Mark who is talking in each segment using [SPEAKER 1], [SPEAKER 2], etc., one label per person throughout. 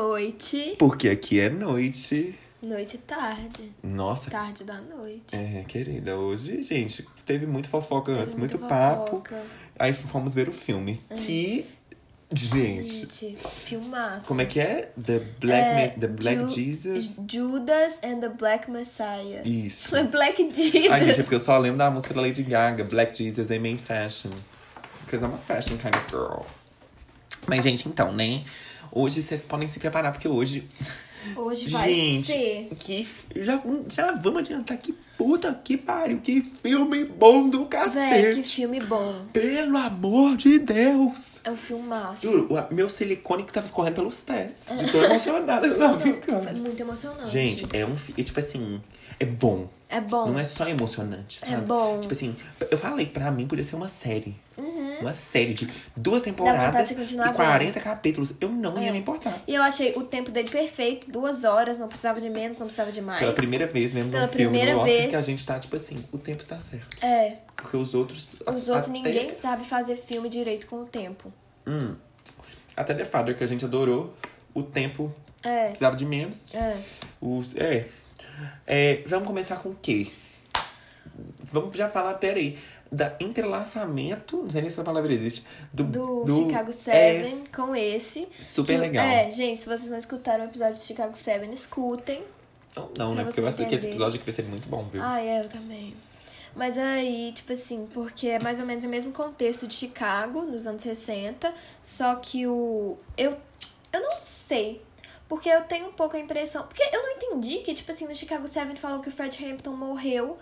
[SPEAKER 1] noite.
[SPEAKER 2] Porque aqui é noite.
[SPEAKER 1] Noite e tarde.
[SPEAKER 2] Nossa,
[SPEAKER 1] Tarde da noite.
[SPEAKER 2] é, querida, hoje, gente, teve muito fofoca
[SPEAKER 1] Teve
[SPEAKER 2] antes,
[SPEAKER 1] muita
[SPEAKER 2] muito papo.
[SPEAKER 1] fofoca. Hum.
[SPEAKER 2] Aí fomos ver o filme. Que. Gente,
[SPEAKER 1] Gente, filmaço.
[SPEAKER 2] como é que é? The Black,
[SPEAKER 1] É,
[SPEAKER 2] Ma- The Black
[SPEAKER 1] Ju-
[SPEAKER 2] Jesus?
[SPEAKER 1] Judas and the Black Messiah.
[SPEAKER 2] Isso.
[SPEAKER 1] Foi Black Jesus.
[SPEAKER 2] Ai, gente, é porque eu só lembro da música da Lady Gaga, Black Jesus and Main Fashion. Because I'm a fashion kind of girl. Mas, gente, então, né? Hoje vocês podem se preparar, porque hoje.
[SPEAKER 3] Hoje vai
[SPEAKER 2] gente,
[SPEAKER 3] ser.
[SPEAKER 2] que. f- Já, já vamos adiantar que puta que pariu, que filme bom do
[SPEAKER 1] Véi,
[SPEAKER 2] cacete!
[SPEAKER 1] que filme bom.
[SPEAKER 2] Pelo amor de Deus!
[SPEAKER 1] É um filmaço.
[SPEAKER 2] Juro, o- meu silicone que tava escorrendo pelos pés. Eu tô emocionada, eu tava
[SPEAKER 1] Foi
[SPEAKER 2] ficando.
[SPEAKER 1] muito emocionante.
[SPEAKER 2] tá Gente, é um. fi- É, tipo assim, é bom.
[SPEAKER 1] é bom.
[SPEAKER 2] Não é só emocionante,
[SPEAKER 1] É
[SPEAKER 2] sabe?
[SPEAKER 1] bom. Uhum.
[SPEAKER 2] Tipo assim, eu falei, pra mim podia ser uma série. Uma série de duas
[SPEAKER 1] vontade
[SPEAKER 2] temporadas
[SPEAKER 1] de
[SPEAKER 2] e
[SPEAKER 1] continuar É.
[SPEAKER 2] 40 capítulos. Eu não ia me importar.
[SPEAKER 1] E eu achei o tempo dele perfeito, duas horas, não precisava de menos, não precisava de mais.
[SPEAKER 2] Pela primeira vez vemos
[SPEAKER 1] Pela
[SPEAKER 2] um filme
[SPEAKER 1] primeira
[SPEAKER 2] no Oscar
[SPEAKER 1] vez.
[SPEAKER 2] que a gente tá, tipo assim, o tempo está certo.
[SPEAKER 1] É,
[SPEAKER 2] Porque os outros.
[SPEAKER 1] os outros ninguém sabe fazer filme direito com o tempo.
[SPEAKER 2] Hum. Até The Father, que a gente adorou. O tempo
[SPEAKER 1] É,
[SPEAKER 2] precisava de menos.
[SPEAKER 1] é.
[SPEAKER 2] Os, é. É, Vamos começar com o quê? Vamos já falar, peraí, da entrelaçamento, não sei nem se essa palavra existe, do,
[SPEAKER 1] Do,
[SPEAKER 2] do-
[SPEAKER 1] Chicago
[SPEAKER 2] é,
[SPEAKER 1] Seven com esse.
[SPEAKER 2] super
[SPEAKER 1] Que-
[SPEAKER 2] legal.
[SPEAKER 1] É, gente, se vocês não escutaram o episódio de Chicago Seven, escutem.
[SPEAKER 2] Não, não né?
[SPEAKER 1] pra
[SPEAKER 2] Porque eu
[SPEAKER 1] você
[SPEAKER 2] acho que esse
[SPEAKER 1] entender.
[SPEAKER 2] episódio aqui vai ser muito bom, viu?
[SPEAKER 1] Ah, é, eu também. Mas aí, tipo assim, porque é mais ou menos o mesmo contexto de Chicago, nos anos 60, só que o. Eu, eu não sei. Porque eu tenho um pouco a impressão. Porque eu não entendi que, tipo assim, no Chicago Seven falam que o Fred Hampton morreu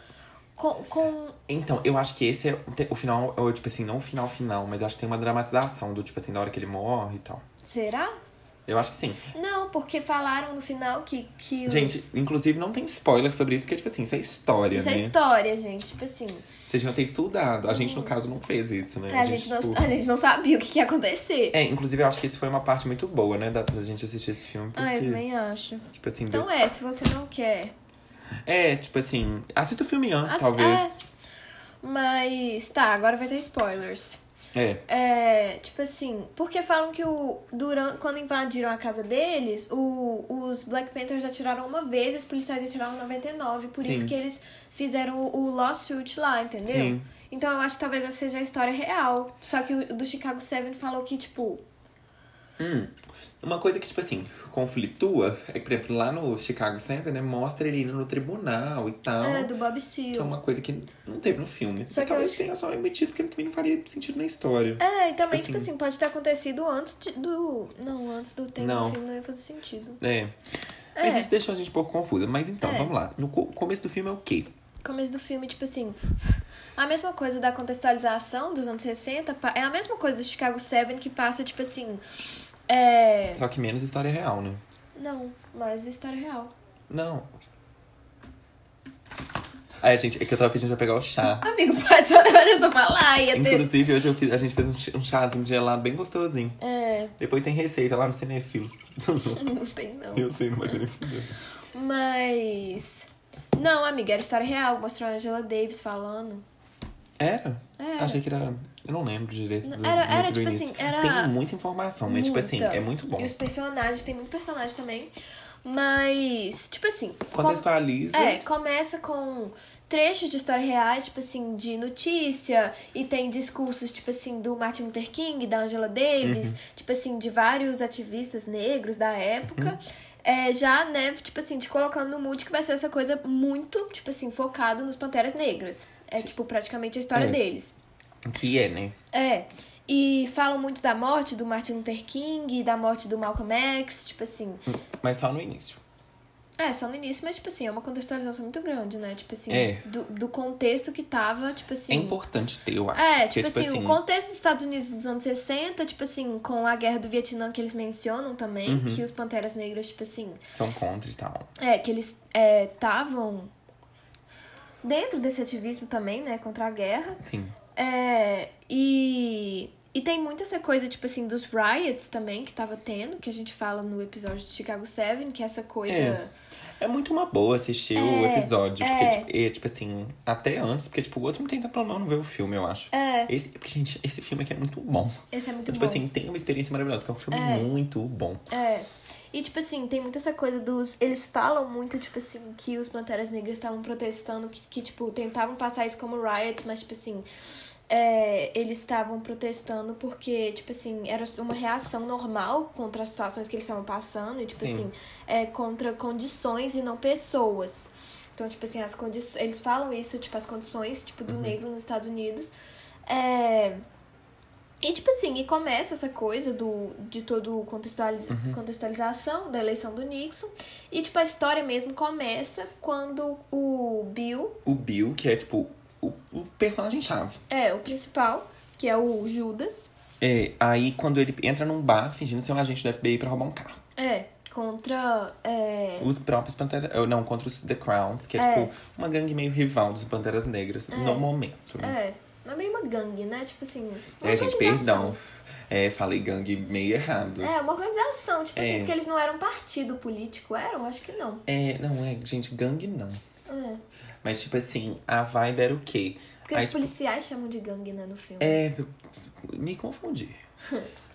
[SPEAKER 1] com. com...
[SPEAKER 2] Então, eu acho que esse é o te- o final, ou, tipo assim, não o final final, mas eu acho que tem uma dramatização do tipo assim, da hora que ele morre e tal.
[SPEAKER 1] Será?
[SPEAKER 2] Eu acho que sim.
[SPEAKER 1] Não, porque falaram no final que. que o-
[SPEAKER 2] Gente, inclusive não tem spoiler sobre isso, porque, tipo assim, isso é história,
[SPEAKER 1] Isso
[SPEAKER 2] né?
[SPEAKER 1] é história, gente. Tipo assim.
[SPEAKER 2] Vocês deviam ter estudado. A gente, no caso, não fez isso, né?
[SPEAKER 1] Hum. é, a, gente não,
[SPEAKER 2] tipo,
[SPEAKER 1] a gente não sabia o que que ia acontecer.
[SPEAKER 2] É, inclusive eu acho que isso foi uma parte muito boa, né, da, da gente assistir esse filme. Porque,
[SPEAKER 1] Ah, eu também acho.
[SPEAKER 2] tipo assim,
[SPEAKER 1] Então
[SPEAKER 2] deu-
[SPEAKER 1] é, se você não quer.
[SPEAKER 2] é, tipo assim, assista o filme antes,
[SPEAKER 1] Ass-
[SPEAKER 2] talvez.
[SPEAKER 1] Mas tá, agora vai ter spoilers.
[SPEAKER 2] É.
[SPEAKER 1] É, tipo assim, porque falam que o durante, quando invadiram a casa deles, o, os Black Panthers atiraram uma vez e os policiais atiraram 99, por
[SPEAKER 2] Sim.
[SPEAKER 1] isso que eles fizeram o, o lawsuit lá, entendeu?
[SPEAKER 2] Sim.
[SPEAKER 1] Então eu acho que talvez essa seja a história real. Só que o do Chicago Seven falou que, tipo,
[SPEAKER 2] Hum. Uma coisa que, tipo assim, conflitua é que, por exemplo, lá no Chicago 7, né, mostra ele indo no tribunal e tal.
[SPEAKER 1] é do Bob
[SPEAKER 2] Que é
[SPEAKER 1] Steele.
[SPEAKER 2] uma coisa que não teve no filme.
[SPEAKER 1] Só
[SPEAKER 2] Mas
[SPEAKER 1] que eu
[SPEAKER 2] talvez
[SPEAKER 1] acho-
[SPEAKER 2] tenha só emitido, porque também não faria sentido na história.
[SPEAKER 1] É, e também,
[SPEAKER 2] Tipo
[SPEAKER 1] tipo
[SPEAKER 2] assim.
[SPEAKER 1] assim, pode ter acontecido antes de- do. Não, antes do tempo
[SPEAKER 2] Não.
[SPEAKER 1] do filme não ia fazer sentido.
[SPEAKER 2] É.
[SPEAKER 1] É.
[SPEAKER 2] Mas isso deixou a gente um pouco confusa. Mas então,
[SPEAKER 1] É.
[SPEAKER 2] vamos lá. No co- começo do filme é o quê?
[SPEAKER 1] começo do filme, tipo assim. A mesma coisa da contextualização dos anos 60 pa- é a mesma coisa do Chicago 7 que passa, tipo assim. É.
[SPEAKER 2] Só que menos história real, né?
[SPEAKER 1] Não, mas é história real.
[SPEAKER 2] Não. Ai, gente, é que eu tava pedindo pra pegar o chá.
[SPEAKER 1] Amigo, faz hora eu só falar, ia ter.
[SPEAKER 2] Inclusive, hoje eu fiz- a gente fez um ch- um chazinho gelado bem gostosinho.
[SPEAKER 1] É,
[SPEAKER 2] Depois tem receita lá no Cinefilos.
[SPEAKER 1] não tem não.
[SPEAKER 2] Eu sei, não vai ter nem fudeu.
[SPEAKER 1] Mas. Não, amiga, era história real. Mostrou a Angela Davis falando.
[SPEAKER 2] Era?
[SPEAKER 1] É.
[SPEAKER 2] Achei que era. Eu não lembro direito.
[SPEAKER 1] Não,
[SPEAKER 2] do-
[SPEAKER 1] era-
[SPEAKER 2] do-
[SPEAKER 1] era,
[SPEAKER 2] do
[SPEAKER 1] tipo
[SPEAKER 2] início.
[SPEAKER 1] assim, era-
[SPEAKER 2] Tem muita informação, mas, tipo assim,
[SPEAKER 1] Muita.
[SPEAKER 2] é muito bom.
[SPEAKER 1] E os personagens, tem muito personagem também. Mas, tipo assim. como-
[SPEAKER 2] Contextualiza.
[SPEAKER 1] É, começa com trechos de história real, tipo assim, de notícia, e tem discursos, tipo assim, do Martin Luther King, da Angela Davis, tipo assim, de vários ativistas negros da época. É, já, né, tipo assim, te colocando no mood que vai ser essa coisa muito, tipo assim, focado nos Panteras Negras. É, tipo, praticamente a história
[SPEAKER 2] É.
[SPEAKER 1] deles.
[SPEAKER 2] Que é, né?
[SPEAKER 1] É. E falam muito da morte do Martin Luther King, da morte do Malcolm X, tipo assim.
[SPEAKER 2] Mas só no início.
[SPEAKER 1] É, só no início, mas, tipo assim, é uma contextualização muito grande, né? Tipo assim,
[SPEAKER 2] É.
[SPEAKER 1] do, do contexto que tava, tipo assim.
[SPEAKER 2] É importante ter, eu acho.
[SPEAKER 1] É,
[SPEAKER 2] Porque,
[SPEAKER 1] tipo, assim, o contexto dos Estados Unidos dos anos 60, tipo assim, com a guerra do Vietnã que eles mencionam também,
[SPEAKER 2] Uhum.
[SPEAKER 1] que os Panteras Negras, tipo assim,
[SPEAKER 2] São contra e tal.
[SPEAKER 1] é, que eles estavam dentro desse ativismo também, né, contra a guerra.
[SPEAKER 2] Sim.
[SPEAKER 1] É, e, e tem muita essa coisa, tipo assim, dos riots também que tava tendo, que a gente fala no episódio de Chicago 7, que é essa coisa.
[SPEAKER 2] É. É muito uma boa assistir o
[SPEAKER 1] É,
[SPEAKER 2] episódio.
[SPEAKER 1] é.
[SPEAKER 2] Porque, tipo, é, tipo assim, até antes, porque, tipo, o outro não tem tanto problema não ver o filme, eu acho.
[SPEAKER 1] É,
[SPEAKER 2] Esse, porque, gente, esse filme aqui é muito bom.
[SPEAKER 1] esse é muito
[SPEAKER 2] tipo
[SPEAKER 1] bom.
[SPEAKER 2] assim, tem uma experiência maravilhosa, porque é um filme
[SPEAKER 1] É.
[SPEAKER 2] muito bom.
[SPEAKER 1] É. E, tipo assim, tem muito essa coisa dos. Eles falam muito, tipo assim, que os Panteras Negras estavam protestando, que, que, tipo, tentavam passar isso como riots, mas, tipo assim. é, eles estavam protestando porque, tipo assim, era uma reação normal contra as situações que eles estavam passando e, tipo
[SPEAKER 2] Sim.
[SPEAKER 1] assim, é, contra condições e não pessoas. Então, tipo assim, as condições. Eles falam isso, tipo, as condições, tipo, do negro nos Estados Unidos. É, e, tipo assim, e começa essa coisa do, de todo o contextualiz...
[SPEAKER 2] Uhum.
[SPEAKER 1] contextualização da eleição do Nixon. E, tipo, a história mesmo começa quando o Bill,
[SPEAKER 2] O Bill, que é tipo o, o personagem-chave.
[SPEAKER 1] é, o principal, que é o Judas,
[SPEAKER 2] É, aí quando ele entra num bar fingindo ser um agente do FBI pra roubar um carro.
[SPEAKER 1] é, contra. É,
[SPEAKER 2] Os próprios Panteras. Não, contra os The Crowns, que é,
[SPEAKER 1] É.
[SPEAKER 2] tipo uma gangue meio rival dos Panteras Negras, no momento. né?
[SPEAKER 1] é, não é meio uma gangue, né? Tipo assim. uma
[SPEAKER 2] É, gente,
[SPEAKER 1] organização.
[SPEAKER 2] perdão. É, falei gangue meio errado.
[SPEAKER 1] É, uma organização, tipo
[SPEAKER 2] É.
[SPEAKER 1] assim, porque eles não eram partido político, eram? Acho que não.
[SPEAKER 2] É, não é, gente, gangue não.
[SPEAKER 1] É.
[SPEAKER 2] Mas, tipo assim, a vibe era o quê?
[SPEAKER 1] Porque
[SPEAKER 2] Aí, tipo
[SPEAKER 1] os policiais chamam de gangue, né, no filme.
[SPEAKER 2] É, me confundi.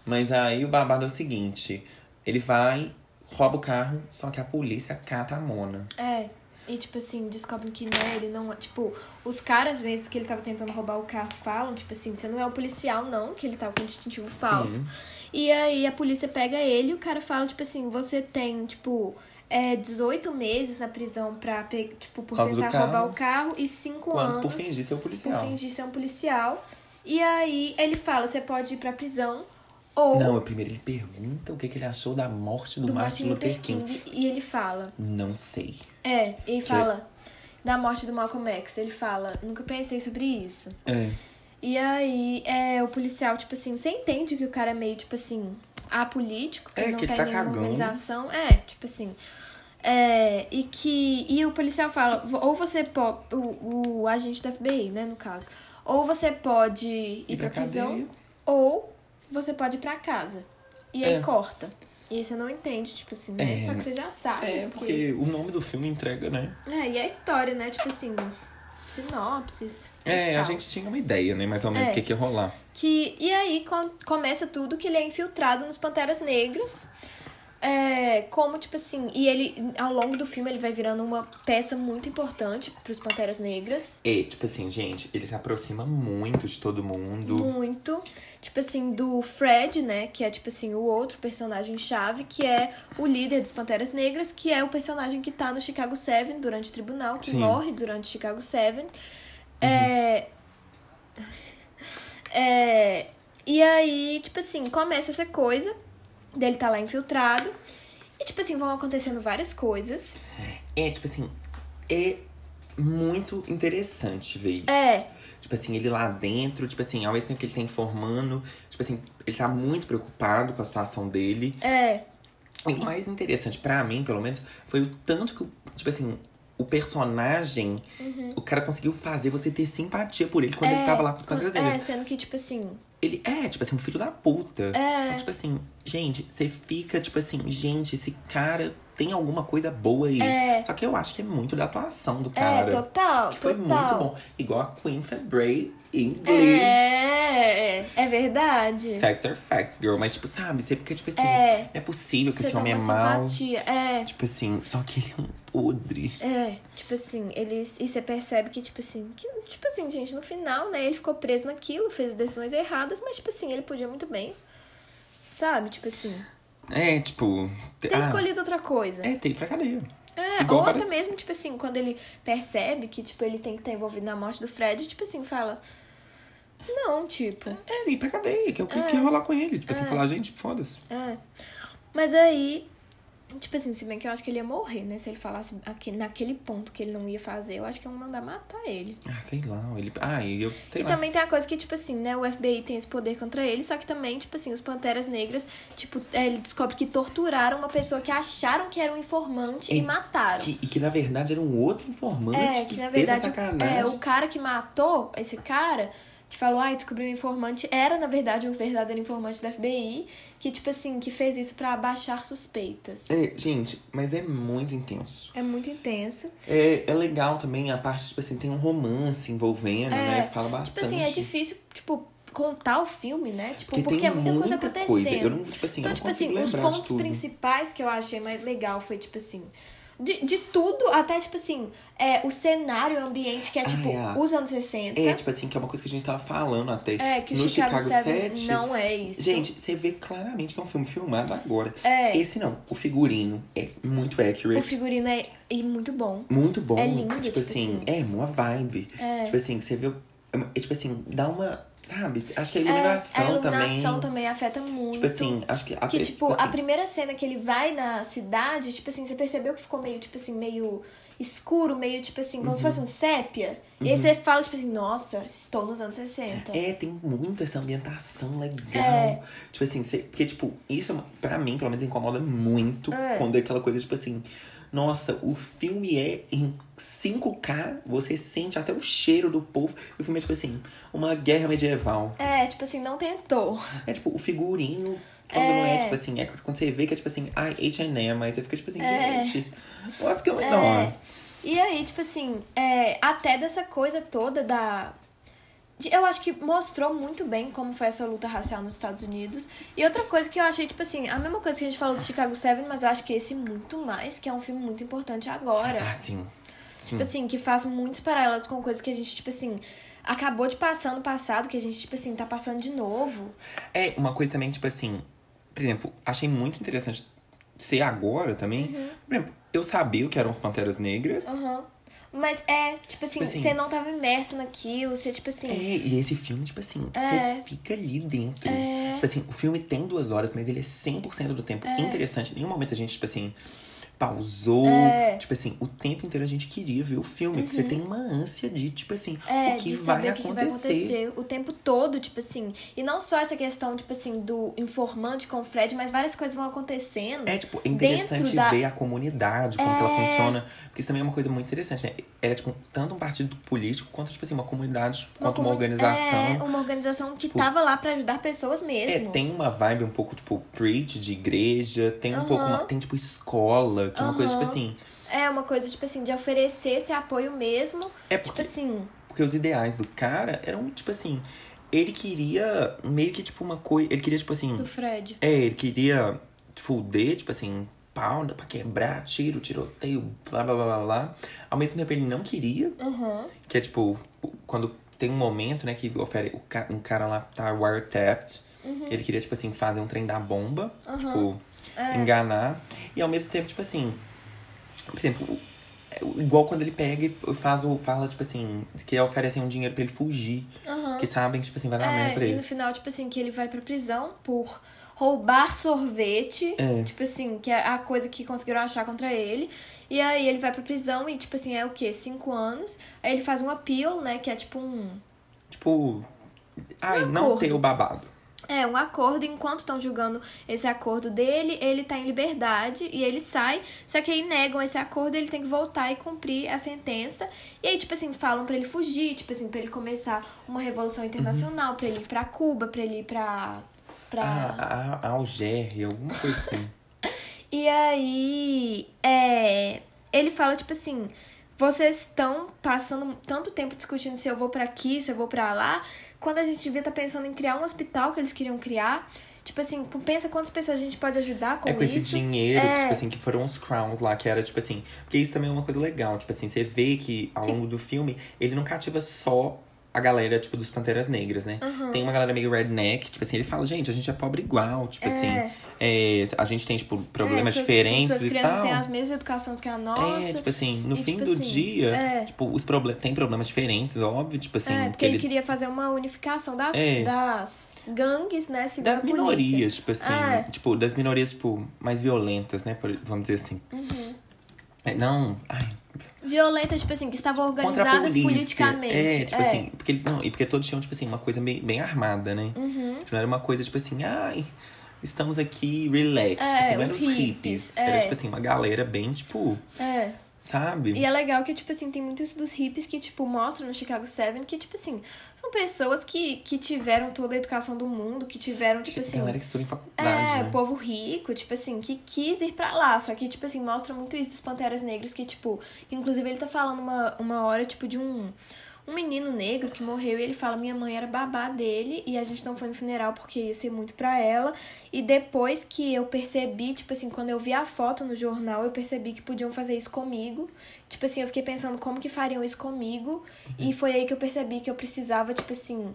[SPEAKER 2] Mas aí o babado é o seguinte: ele vai, rouba o carro, só que a polícia cata a Mona.
[SPEAKER 1] É. E, tipo assim, descobrem que né, ele não. é- Tipo, os caras mesmo que ele tava tentando roubar o carro falam, tipo assim, você não é um policial, não, que ele tava com um distintivo falso. E aí a polícia pega ele e o cara fala, tipo assim, você tem, tipo, é, 18 meses na prisão pra, pe- tipo, por
[SPEAKER 2] Por causa do
[SPEAKER 1] tentar
[SPEAKER 2] carro.
[SPEAKER 1] roubar o carro e 5
[SPEAKER 2] Com anos
[SPEAKER 1] anos,
[SPEAKER 2] por fingir ser o
[SPEAKER 1] por
[SPEAKER 2] policial.
[SPEAKER 1] fingir ser um policial. E aí ele fala, você pode ir pra prisão ou
[SPEAKER 2] Não, primeiro ele pergunta o que, que ele achou da morte do,
[SPEAKER 1] do
[SPEAKER 2] Martin Luther King.
[SPEAKER 1] E ele fala.
[SPEAKER 2] Não sei.
[SPEAKER 1] É, ele fala da morte do Malcolm X. Ele fala, nunca pensei sobre isso.
[SPEAKER 2] É.
[SPEAKER 1] E aí, é, o policial, tipo assim, você entende que o cara é meio, tipo assim, apolítico, que
[SPEAKER 2] É,
[SPEAKER 1] não
[SPEAKER 2] que ele
[SPEAKER 1] tem
[SPEAKER 2] tá
[SPEAKER 1] nenhuma
[SPEAKER 2] cagando.
[SPEAKER 1] organização. É, tipo assim. É, e que. E o policial fala, "Vo- ou você pode. O, o agente do FBI, né, no caso. Ou você pode ir
[SPEAKER 2] E
[SPEAKER 1] pra,
[SPEAKER 2] pra
[SPEAKER 1] prisão,
[SPEAKER 2] cadeia.
[SPEAKER 1] ou você pode ir pra casa. E aí
[SPEAKER 2] É.
[SPEAKER 1] corta. E aí você não entende, tipo assim, né?
[SPEAKER 2] É.
[SPEAKER 1] Só que você já sabe.
[SPEAKER 2] É, porque o nome do filme entrega, né?
[SPEAKER 1] É, e a história, né? Tipo assim, sinopses. e
[SPEAKER 2] É, a
[SPEAKER 1] tal.
[SPEAKER 2] gente tinha uma ideia, né? Mais ou menos o
[SPEAKER 1] É.
[SPEAKER 2] que, que ia rolar.
[SPEAKER 1] Que, e aí com- começa tudo que ele é infiltrado nos Panteras Negras. É, como, tipo assim, e ele, ao longo do filme, ele vai virando uma peça muito importante pros Panteras Negras.
[SPEAKER 2] É, tipo assim, gente, ele se aproxima muito de todo mundo.
[SPEAKER 1] Muito. Tipo assim, do Fred, né? Que é, tipo assim, o outro personagem-chave, que é o líder dos Panteras Negras, que é o personagem que tá no Chicago Seven durante o tribunal, que
[SPEAKER 2] Sim. Uhum.
[SPEAKER 1] morre durante o Chicago Seven. É. É. E aí, tipo assim, começa essa coisa dele tá lá infiltrado. E, tipo assim, vão acontecendo várias coisas.
[SPEAKER 2] É, tipo assim, é muito interessante ver isso.
[SPEAKER 1] É,
[SPEAKER 2] Tipo assim, ele lá dentro, tipo assim, ao mesmo tempo que ele tá informando, tipo assim, ele tá muito preocupado com a situação dele.
[SPEAKER 1] é,
[SPEAKER 2] E o mais interessante pra mim, pelo menos, foi o tanto que, o- tipo assim, o personagem, o cara conseguiu fazer você ter simpatia por ele quando
[SPEAKER 1] Uhum. É,
[SPEAKER 2] ele tava lá com os quadrinhos
[SPEAKER 1] é, sendo que, tipo assim,
[SPEAKER 2] Ele é, tipo assim, um filho da puta.
[SPEAKER 1] É.
[SPEAKER 2] Então, tipo assim, gente, você fica, tipo assim, gente, esse cara tem alguma coisa boa aí.
[SPEAKER 1] É.
[SPEAKER 2] Só que eu acho que é muito da atuação do cara.
[SPEAKER 1] é, total,
[SPEAKER 2] Que foi muito
[SPEAKER 1] total.
[SPEAKER 2] bom. Igual a Queen Bray em Glee.
[SPEAKER 1] É, é verdade.
[SPEAKER 2] Facts are facts, girl. Mas, tipo, sabe, você fica, tipo assim,
[SPEAKER 1] É.
[SPEAKER 2] não é possível que
[SPEAKER 1] Você
[SPEAKER 2] esse
[SPEAKER 1] toma
[SPEAKER 2] homem é mau.
[SPEAKER 1] simpatia. É,
[SPEAKER 2] Tipo assim, só que ele é um podre.
[SPEAKER 1] é. Tipo assim, eles. E você percebe que, tipo assim, que, tipo assim, gente, no final, né, ele ficou preso naquilo, fez decisões erradas, mas, tipo assim, ele podia muito bem. Sabe? Tipo assim.
[SPEAKER 2] É, tipo.
[SPEAKER 1] Ter escolhido outra coisa.
[SPEAKER 2] É, tem pra cadeia.
[SPEAKER 1] É,
[SPEAKER 2] Igual
[SPEAKER 1] ou até
[SPEAKER 2] várias-
[SPEAKER 1] mesmo, tipo assim, quando ele percebe que, tipo, ele tem que estar envolvido na morte do Fred, tipo assim, fala. Não, tipo.
[SPEAKER 2] É, tem pra cadeia, que é o que, que ia rolar com ele. Tipo assim, falar, gente, foda-se.
[SPEAKER 1] É. Mas aí, tipo assim, se bem que eu acho que ele ia morrer, né? Se ele falasse aqui- naquele ponto que ele não ia fazer, eu acho que iam mandar matar ele.
[SPEAKER 2] Ah, sei lá. Ele... Ah, e eu. Sei
[SPEAKER 1] e
[SPEAKER 2] lá.
[SPEAKER 1] também tem a coisa que, tipo assim, né? O FBI tem esse poder contra ele, só que também, tipo assim, os Panteras Negras, tipo, é, ele descobre que torturaram uma pessoa que acharam que era um informante e
[SPEAKER 2] É,
[SPEAKER 1] mataram.
[SPEAKER 2] Que, e que na verdade era um outro informante
[SPEAKER 1] É,
[SPEAKER 2] que,
[SPEAKER 1] que na
[SPEAKER 2] fez
[SPEAKER 1] verdade
[SPEAKER 2] a sacanagem.
[SPEAKER 1] é, o cara que matou esse cara, que falou, ai, descobriu um informante, era na verdade um verdadeiro informante do FBI, que, tipo assim, que fez isso pra abaixar suspeitas.
[SPEAKER 2] É, gente, mas é muito intenso.
[SPEAKER 1] É muito intenso.
[SPEAKER 2] É, é legal também a parte, tipo assim, tem um romance envolvendo,
[SPEAKER 1] É,
[SPEAKER 2] né? Fala bastante.
[SPEAKER 1] Tipo assim, é assim, difícil, tipo, contar o filme, né? Tipo,
[SPEAKER 2] Porque,
[SPEAKER 1] porque
[SPEAKER 2] tem
[SPEAKER 1] é muita, coisa acontecendo.
[SPEAKER 2] Eu não, tipo assim, eu
[SPEAKER 1] então,
[SPEAKER 2] não
[SPEAKER 1] tipo
[SPEAKER 2] consigo
[SPEAKER 1] assim, os
[SPEAKER 2] lembrar de
[SPEAKER 1] pontos
[SPEAKER 2] tudo.
[SPEAKER 1] principais que eu achei mais legal foi, tipo assim. De, de tudo, até, tipo assim, é, o cenário, o ambiente, que é,
[SPEAKER 2] Ah,
[SPEAKER 1] tipo,
[SPEAKER 2] é.
[SPEAKER 1] os anos 60.
[SPEAKER 2] É, tipo assim, que é uma coisa que a gente tava falando até.
[SPEAKER 1] É, que o
[SPEAKER 2] no
[SPEAKER 1] Chicago,
[SPEAKER 2] Chicago
[SPEAKER 1] 7
[SPEAKER 2] 7,
[SPEAKER 1] não é isso.
[SPEAKER 2] Gente, você vê claramente que é um filme filmado agora.
[SPEAKER 1] É.
[SPEAKER 2] Esse não. O figurino é
[SPEAKER 1] o
[SPEAKER 2] muito accurate.
[SPEAKER 1] figurino é, e muito bom.
[SPEAKER 2] Muito bom.
[SPEAKER 1] É lindo,
[SPEAKER 2] Tipo,
[SPEAKER 1] tipo
[SPEAKER 2] assim,
[SPEAKER 1] assim.
[SPEAKER 2] é uma vibe.
[SPEAKER 1] É.
[SPEAKER 2] Tipo assim, que você vê. o- é, Tipo assim, dá uma. Sabe? Acho que a
[SPEAKER 1] É,
[SPEAKER 2] iluminação,
[SPEAKER 1] a iluminação também.
[SPEAKER 2] também.
[SPEAKER 1] afeta muito.
[SPEAKER 2] Tipo assim, acho que. A,
[SPEAKER 1] Que, tipo,
[SPEAKER 2] assim,
[SPEAKER 1] a primeira cena que ele vai na cidade, tipo assim, você percebeu que ficou meio, tipo assim, meio escuro, meio, tipo assim, como se
[SPEAKER 2] Uhum.
[SPEAKER 1] fosse um sépia. E aí você fala, tipo assim, nossa, estou nos anos 60.
[SPEAKER 2] É, tem muito essa ambientação legal.
[SPEAKER 1] É.
[SPEAKER 2] Tipo assim, você- porque, tipo, isso é uma- pra mim, pelo menos, incomoda muito
[SPEAKER 1] É.
[SPEAKER 2] quando é aquela coisa, tipo assim. Nossa, o filme é em 5K, você sente até o cheiro do povo. O filme é, tipo assim, uma guerra medieval.
[SPEAKER 1] É, tipo assim, não tentou.
[SPEAKER 2] É, tipo, o figurino, quando não é, tipo assim, é quando você vê que é, tipo assim, ai, H&M, aí você fica, tipo assim,
[SPEAKER 1] É.
[SPEAKER 2] gente, what's going
[SPEAKER 1] É.
[SPEAKER 2] on?
[SPEAKER 1] E aí, tipo assim, é, até dessa coisa toda da. de- Eu acho que mostrou muito bem como foi essa luta racial nos Estados Unidos. E outra coisa que eu achei, tipo assim, a mesma coisa que a gente falou do Chicago 7, mas eu acho que esse muito mais, que é um filme muito importante agora.
[SPEAKER 2] Ah, sim. Sim.
[SPEAKER 1] Tipo assim, que faz muitos paralelos com coisas que a gente, tipo assim, acabou de passar no passado, que a gente, tipo assim, tá passando de novo.
[SPEAKER 2] É, uma coisa também, tipo assim, por exemplo, achei muito interessante ser agora também.
[SPEAKER 1] Uhum.
[SPEAKER 2] Por exemplo, eu sabia o que eram os Panteras Negras.
[SPEAKER 1] Aham. Mas é, tipo assim,
[SPEAKER 2] Tipo assim-
[SPEAKER 1] você não tava imerso naquilo, você, tipo
[SPEAKER 2] É,
[SPEAKER 1] assim.
[SPEAKER 2] e esse filme, tipo assim, você
[SPEAKER 1] É.
[SPEAKER 2] fica ali dentro. Tipo assim, o filme tem duas horas, mas ele é 100% do tempo interessante. Em nenhum momento a gente, tipo assim, pausou.
[SPEAKER 1] É. Uhum.
[SPEAKER 2] Tipo assim, o tempo inteiro a gente queria ver o filme. Porque você tem uma ânsia de, tipo assim,
[SPEAKER 1] É,
[SPEAKER 2] o que
[SPEAKER 1] de
[SPEAKER 2] vai
[SPEAKER 1] saber o que, que vai
[SPEAKER 2] acontecer.
[SPEAKER 1] acontecer o tempo todo, tipo assim. E não só essa questão, tipo assim, do informante com o Fred, mas várias coisas vão acontecendo.
[SPEAKER 2] É, tipo, é interessante
[SPEAKER 1] Dentro da-
[SPEAKER 2] ver a comunidade, como que ela funciona. Porque isso também é uma coisa muito interessante, né? Era, tipo, tanto um partido político quanto, tipo assim, uma comunidade, quanto
[SPEAKER 1] comu-
[SPEAKER 2] uma organização.
[SPEAKER 1] É, uma organização que
[SPEAKER 2] Tipo,
[SPEAKER 1] tava lá pra ajudar pessoas
[SPEAKER 2] É,
[SPEAKER 1] mesmo.
[SPEAKER 2] tem uma vibe um pouco, tipo, preach de igreja, tem um
[SPEAKER 1] Aham.
[SPEAKER 2] pouco, uma, tem, tipo, escola, que é uma coisa, tipo
[SPEAKER 1] Aham.
[SPEAKER 2] assim.
[SPEAKER 1] É uma coisa, tipo assim, de oferecer esse apoio mesmo.
[SPEAKER 2] É
[SPEAKER 1] Tipo
[SPEAKER 2] porque,
[SPEAKER 1] assim.
[SPEAKER 2] porque os ideais do cara eram, tipo assim, ele queria meio que, tipo, uma coisa. Ele queria, tipo assim.
[SPEAKER 1] Do Fred.
[SPEAKER 2] É, ele queria fuder, tipo assim, pau né, pra quebrar, tiro, tiroteio, blá blá blá blá blá. Ao mesmo tempo ele não queria,
[SPEAKER 1] Aham.
[SPEAKER 2] que é tipo, quando tem um momento, né, que ofere, o ca- um cara lá tá wiretapped. Ele queria, tipo assim, fazer um trem da bomba, tipo,
[SPEAKER 1] É.
[SPEAKER 2] enganar. E ao mesmo tempo, tipo assim, por exemplo, o- é igual quando ele pega e faz o. fala, tipo assim, que oferecem um dinheiro pra ele fugir.
[SPEAKER 1] Aham.
[SPEAKER 2] Que sabem que, tipo assim, vai dar merda pra
[SPEAKER 1] É, e
[SPEAKER 2] ele.
[SPEAKER 1] no final, tipo assim, que ele vai pra prisão por roubar sorvete.
[SPEAKER 2] É.
[SPEAKER 1] Tipo assim, que é a coisa que conseguiram achar contra ele. E aí ele vai pra prisão e, tipo assim, é o quê? Cinco anos. Aí ele faz um appeal, né? Que é tipo um.
[SPEAKER 2] Tipo. Ai, não
[SPEAKER 1] acordo.
[SPEAKER 2] ter o babado.
[SPEAKER 1] É, um acordo. Enquanto estão julgando esse acordo dele, ele tá em liberdade e ele sai. Só que aí negam esse acordo, ele tem que voltar e cumprir a sentença. E aí, tipo assim, falam pra ele fugir, tipo assim, pra ele começar uma revolução internacional, pra ele ir pra Cuba, pra ele ir pra. pra...
[SPEAKER 2] Ah, a, a Algerre, alguma coisa assim.
[SPEAKER 1] E aí, é, ele fala tipo assim, vocês estão passando tanto tempo discutindo se eu vou pra aqui, se eu vou pra lá, quando a gente devia estar pensando em criar um hospital que eles queriam criar, tipo assim, pô, pensa quantas pessoas a gente pode ajudar com,
[SPEAKER 2] é com
[SPEAKER 1] isso.
[SPEAKER 2] esse dinheiro,
[SPEAKER 1] É.
[SPEAKER 2] que, tipo assim, que foram os crowns lá, que era, tipo assim. Porque isso também é uma coisa legal. Tipo assim, você vê que ao
[SPEAKER 1] Sim.
[SPEAKER 2] longo do filme, ele não cativa só a galera, tipo, dos Panteras Negras, né?
[SPEAKER 1] Aham.
[SPEAKER 2] Tem uma galera meio redneck, tipo assim, ele fala, gente, a gente é pobre igual, tipo
[SPEAKER 1] É.
[SPEAKER 2] assim, é, a gente tem, tipo, problemas
[SPEAKER 1] É, suas-
[SPEAKER 2] diferentes
[SPEAKER 1] suas
[SPEAKER 2] e
[SPEAKER 1] crianças
[SPEAKER 2] tal.
[SPEAKER 1] têm as mesmas educações que a nossa.
[SPEAKER 2] É, tipo assim, no
[SPEAKER 1] E,
[SPEAKER 2] fim
[SPEAKER 1] tipo
[SPEAKER 2] do
[SPEAKER 1] assim,
[SPEAKER 2] dia,
[SPEAKER 1] é.
[SPEAKER 2] tipo, os proble tem problemas diferentes, óbvio, tipo assim,
[SPEAKER 1] É, porque
[SPEAKER 2] porque
[SPEAKER 1] ele
[SPEAKER 2] eles
[SPEAKER 1] queria fazer uma unificação das,
[SPEAKER 2] É.
[SPEAKER 1] das gangues, né? segundo
[SPEAKER 2] das
[SPEAKER 1] a polícia.
[SPEAKER 2] minorias, tipo assim,
[SPEAKER 1] É.
[SPEAKER 2] tipo, das minorias, tipo, mais violentas, né, por- vamos dizer assim.
[SPEAKER 1] Uhum.
[SPEAKER 2] É, não, ai,
[SPEAKER 1] Violenta, tipo assim, que estavam
[SPEAKER 2] contra a
[SPEAKER 1] organizadas
[SPEAKER 2] polícia.
[SPEAKER 1] politicamente.
[SPEAKER 2] É, tipo assim, porque eles, não, e porque todos tinham, tipo assim, uma coisa bem, bem armada, né?
[SPEAKER 1] Uhum.
[SPEAKER 2] Tipo, não era uma coisa, tipo assim, ai, estamos aqui, relax,
[SPEAKER 1] É,
[SPEAKER 2] tipo assim, não eram
[SPEAKER 1] os
[SPEAKER 2] os
[SPEAKER 1] hippies,
[SPEAKER 2] hippies,
[SPEAKER 1] é.
[SPEAKER 2] era, tipo assim, uma galera bem, tipo,
[SPEAKER 1] É.
[SPEAKER 2] sabe?
[SPEAKER 1] E é legal que, tipo assim, tem muitos dos hippies que, tipo, mostram no Chicago 7 que, tipo assim, são pessoas que, que tiveram toda a educação do mundo, que tiveram, tipo assim.
[SPEAKER 2] galera que estuda em
[SPEAKER 1] É,
[SPEAKER 2] faculdade, né?
[SPEAKER 1] povo rico, tipo assim, que quis ir pra lá. Só que, tipo assim, mostra muito isso dos Panteras Negras, que, tipo, inclusive ele tá falando uma, uma hora, tipo, de um. um menino negro que morreu e ele fala: Minha mãe era babá dele e a gente não foi no funeral porque ia ser muito pra ela. E depois que eu percebi, tipo assim, quando eu vi a foto no jornal, eu percebi que podiam fazer isso comigo. Tipo assim, eu fiquei pensando como que fariam isso comigo.
[SPEAKER 2] Uhum.
[SPEAKER 1] E foi aí que eu percebi que eu precisava, tipo assim,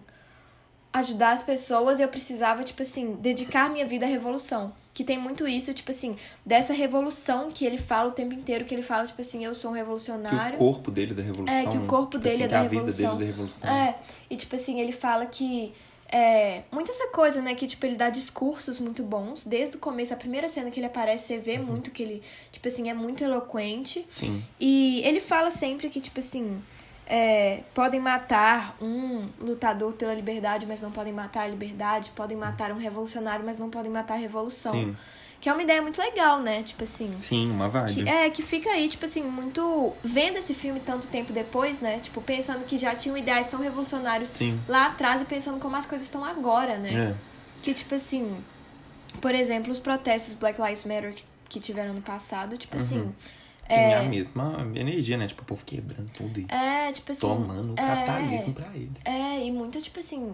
[SPEAKER 1] ajudar as pessoas e eu precisava, tipo assim, dedicar minha vida à revolução. Que tem muito isso, tipo assim, dessa revolução que ele fala o tempo inteiro, que ele fala, tipo assim, eu sou um
[SPEAKER 2] Que o
[SPEAKER 1] revolucionário.
[SPEAKER 2] corpo dele é da revolução.
[SPEAKER 1] É, que o corpo
[SPEAKER 2] tipo
[SPEAKER 1] dele
[SPEAKER 2] assim,
[SPEAKER 1] é
[SPEAKER 2] que
[SPEAKER 1] da
[SPEAKER 2] a vida dele
[SPEAKER 1] revolução.
[SPEAKER 2] é da revolução.
[SPEAKER 1] É, e tipo assim, ele fala que. É, muita essa coisa, né? Que, tipo, ele dá discursos muito bons. Desde o começo, a primeira cena que ele aparece, você
[SPEAKER 2] Uhum.
[SPEAKER 1] vê muito que ele, tipo assim, é muito eloquente.
[SPEAKER 2] Sim.
[SPEAKER 1] E ele fala sempre que, tipo assim, é, podem matar um lutador pela liberdade, mas não podem matar a liberdade. Podem matar um revolucionário, mas não podem matar a revolução.
[SPEAKER 2] Sim.
[SPEAKER 1] Que é uma ideia muito legal, né? Tipo assim.
[SPEAKER 2] Sim, uma vibe.
[SPEAKER 1] Que, é, que fica aí, tipo assim, muito. Vendo esse filme tanto tempo depois, né? Tipo, pensando que já tinham ideais tão revolucionários
[SPEAKER 2] Sim.
[SPEAKER 1] lá atrás e pensando como as coisas estão agora, é, né?
[SPEAKER 2] É.
[SPEAKER 1] Que, tipo assim. Por exemplo, os protestos Black Lives Matter que, que tiveram no passado, tipo
[SPEAKER 2] Uhum.
[SPEAKER 1] assim.
[SPEAKER 2] Tem a mesma energia, né? Tipo, o povo quebrando tudo e
[SPEAKER 1] É, tipo assim.
[SPEAKER 2] tomando o
[SPEAKER 1] é,
[SPEAKER 2] capitalismo pra eles.
[SPEAKER 1] É, e muito, tipo assim.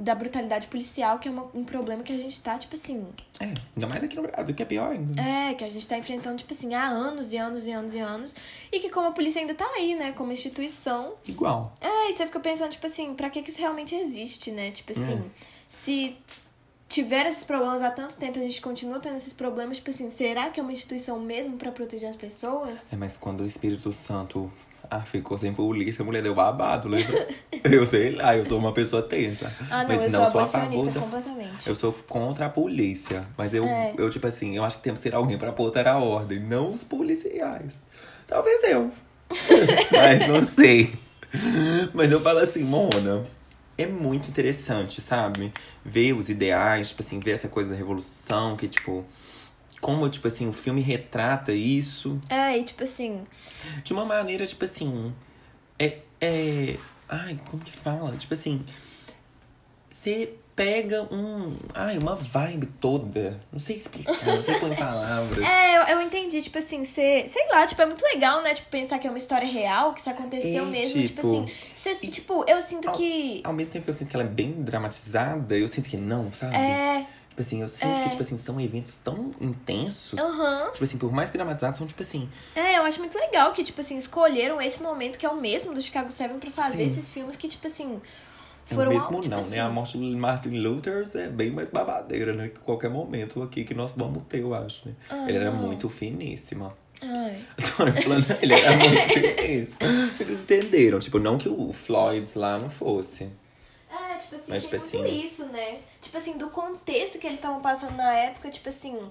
[SPEAKER 1] Da brutalidade policial, que é uma- um problema que a gente tá, tipo assim.
[SPEAKER 2] É, ainda mais aqui no Brasil, que é pior ainda.
[SPEAKER 1] É, que a gente tá enfrentando, tipo assim, há anos e anos e anos e anos. E que como a polícia ainda tá aí, né? Como instituição,
[SPEAKER 2] Igual.
[SPEAKER 1] É, e você fica pensando, tipo assim, pra que, que isso realmente existe, né? Tipo assim,
[SPEAKER 2] Uhum.
[SPEAKER 1] se tiveram esses problemas há tanto tempo e a gente continua tendo esses problemas, tipo assim, será que é uma instituição mesmo pra proteger as pessoas?
[SPEAKER 2] É, mas quando o Espírito Santo ah, ficou sem polícia, a mulher deu babado, lembra? eu sei lá, eu sou uma pessoa tensa.
[SPEAKER 1] Ah, não,
[SPEAKER 2] mas
[SPEAKER 1] eu
[SPEAKER 2] não
[SPEAKER 1] sou
[SPEAKER 2] sou a favor
[SPEAKER 1] abolicionista
[SPEAKER 2] da...
[SPEAKER 1] completamente.
[SPEAKER 2] Eu sou contra a polícia, mas eu,
[SPEAKER 1] É.
[SPEAKER 2] eu, tipo assim, eu acho que temos que ter alguém pra botar a ordem, não os policiais. Talvez eu. mas não sei. Mas eu falo assim, Mona, é muito interessante, sabe? Ver os ideais, tipo assim, ver essa coisa da revolução, que, tipo, como, tipo assim, o filme retrata isso
[SPEAKER 1] É, e tipo assim,
[SPEAKER 2] de uma maneira, tipo assim. É. é ai, como que fala? Tipo assim. Você pega um. Ai, uma vibe toda. Não sei explicar, não sei pôr em palavras.
[SPEAKER 1] é, eu, eu entendi, tipo assim, você, sei lá, tipo, é muito legal, né, tipo, pensar que é uma história real, que isso aconteceu
[SPEAKER 2] É,
[SPEAKER 1] mesmo, tipo,
[SPEAKER 2] tipo,
[SPEAKER 1] assim, cê, tipo, eu sinto
[SPEAKER 2] Ao-
[SPEAKER 1] que,
[SPEAKER 2] Ao mesmo tempo que eu sinto que ela é bem dramatizada, eu sinto que não, sabe?
[SPEAKER 1] é,
[SPEAKER 2] Tipo assim, eu sinto
[SPEAKER 1] É.
[SPEAKER 2] que, tipo assim, são eventos tão intensos.
[SPEAKER 1] aham,
[SPEAKER 2] Tipo assim, por mais que dramatizados, são tipo assim.
[SPEAKER 1] É, eu acho muito legal que, tipo assim, escolheram esse momento que é o mesmo do Chicago Seven pra fazer
[SPEAKER 2] Sim.
[SPEAKER 1] esses filmes que, tipo assim,
[SPEAKER 2] é
[SPEAKER 1] foram
[SPEAKER 2] o mesmo
[SPEAKER 1] ao- tipo
[SPEAKER 2] não,
[SPEAKER 1] assim,
[SPEAKER 2] né? A morte de Martin Luther é bem mais babadeira, né? Que qualquer momento aqui que nós vamos ter, eu acho, né?
[SPEAKER 1] Ah,
[SPEAKER 2] Ela era
[SPEAKER 1] não.
[SPEAKER 2] muito finíssima.
[SPEAKER 1] ai.
[SPEAKER 2] Tony falando, ele era muito feliz. Vocês entenderam, tipo, não que o Floyd lá não fosse.
[SPEAKER 1] É, tipo assim,
[SPEAKER 2] Mas,
[SPEAKER 1] tem
[SPEAKER 2] tipo
[SPEAKER 1] muito
[SPEAKER 2] assim-
[SPEAKER 1] isso, né? Tipo assim, do contexto que eles estavam passando na época, tipo assim. Eu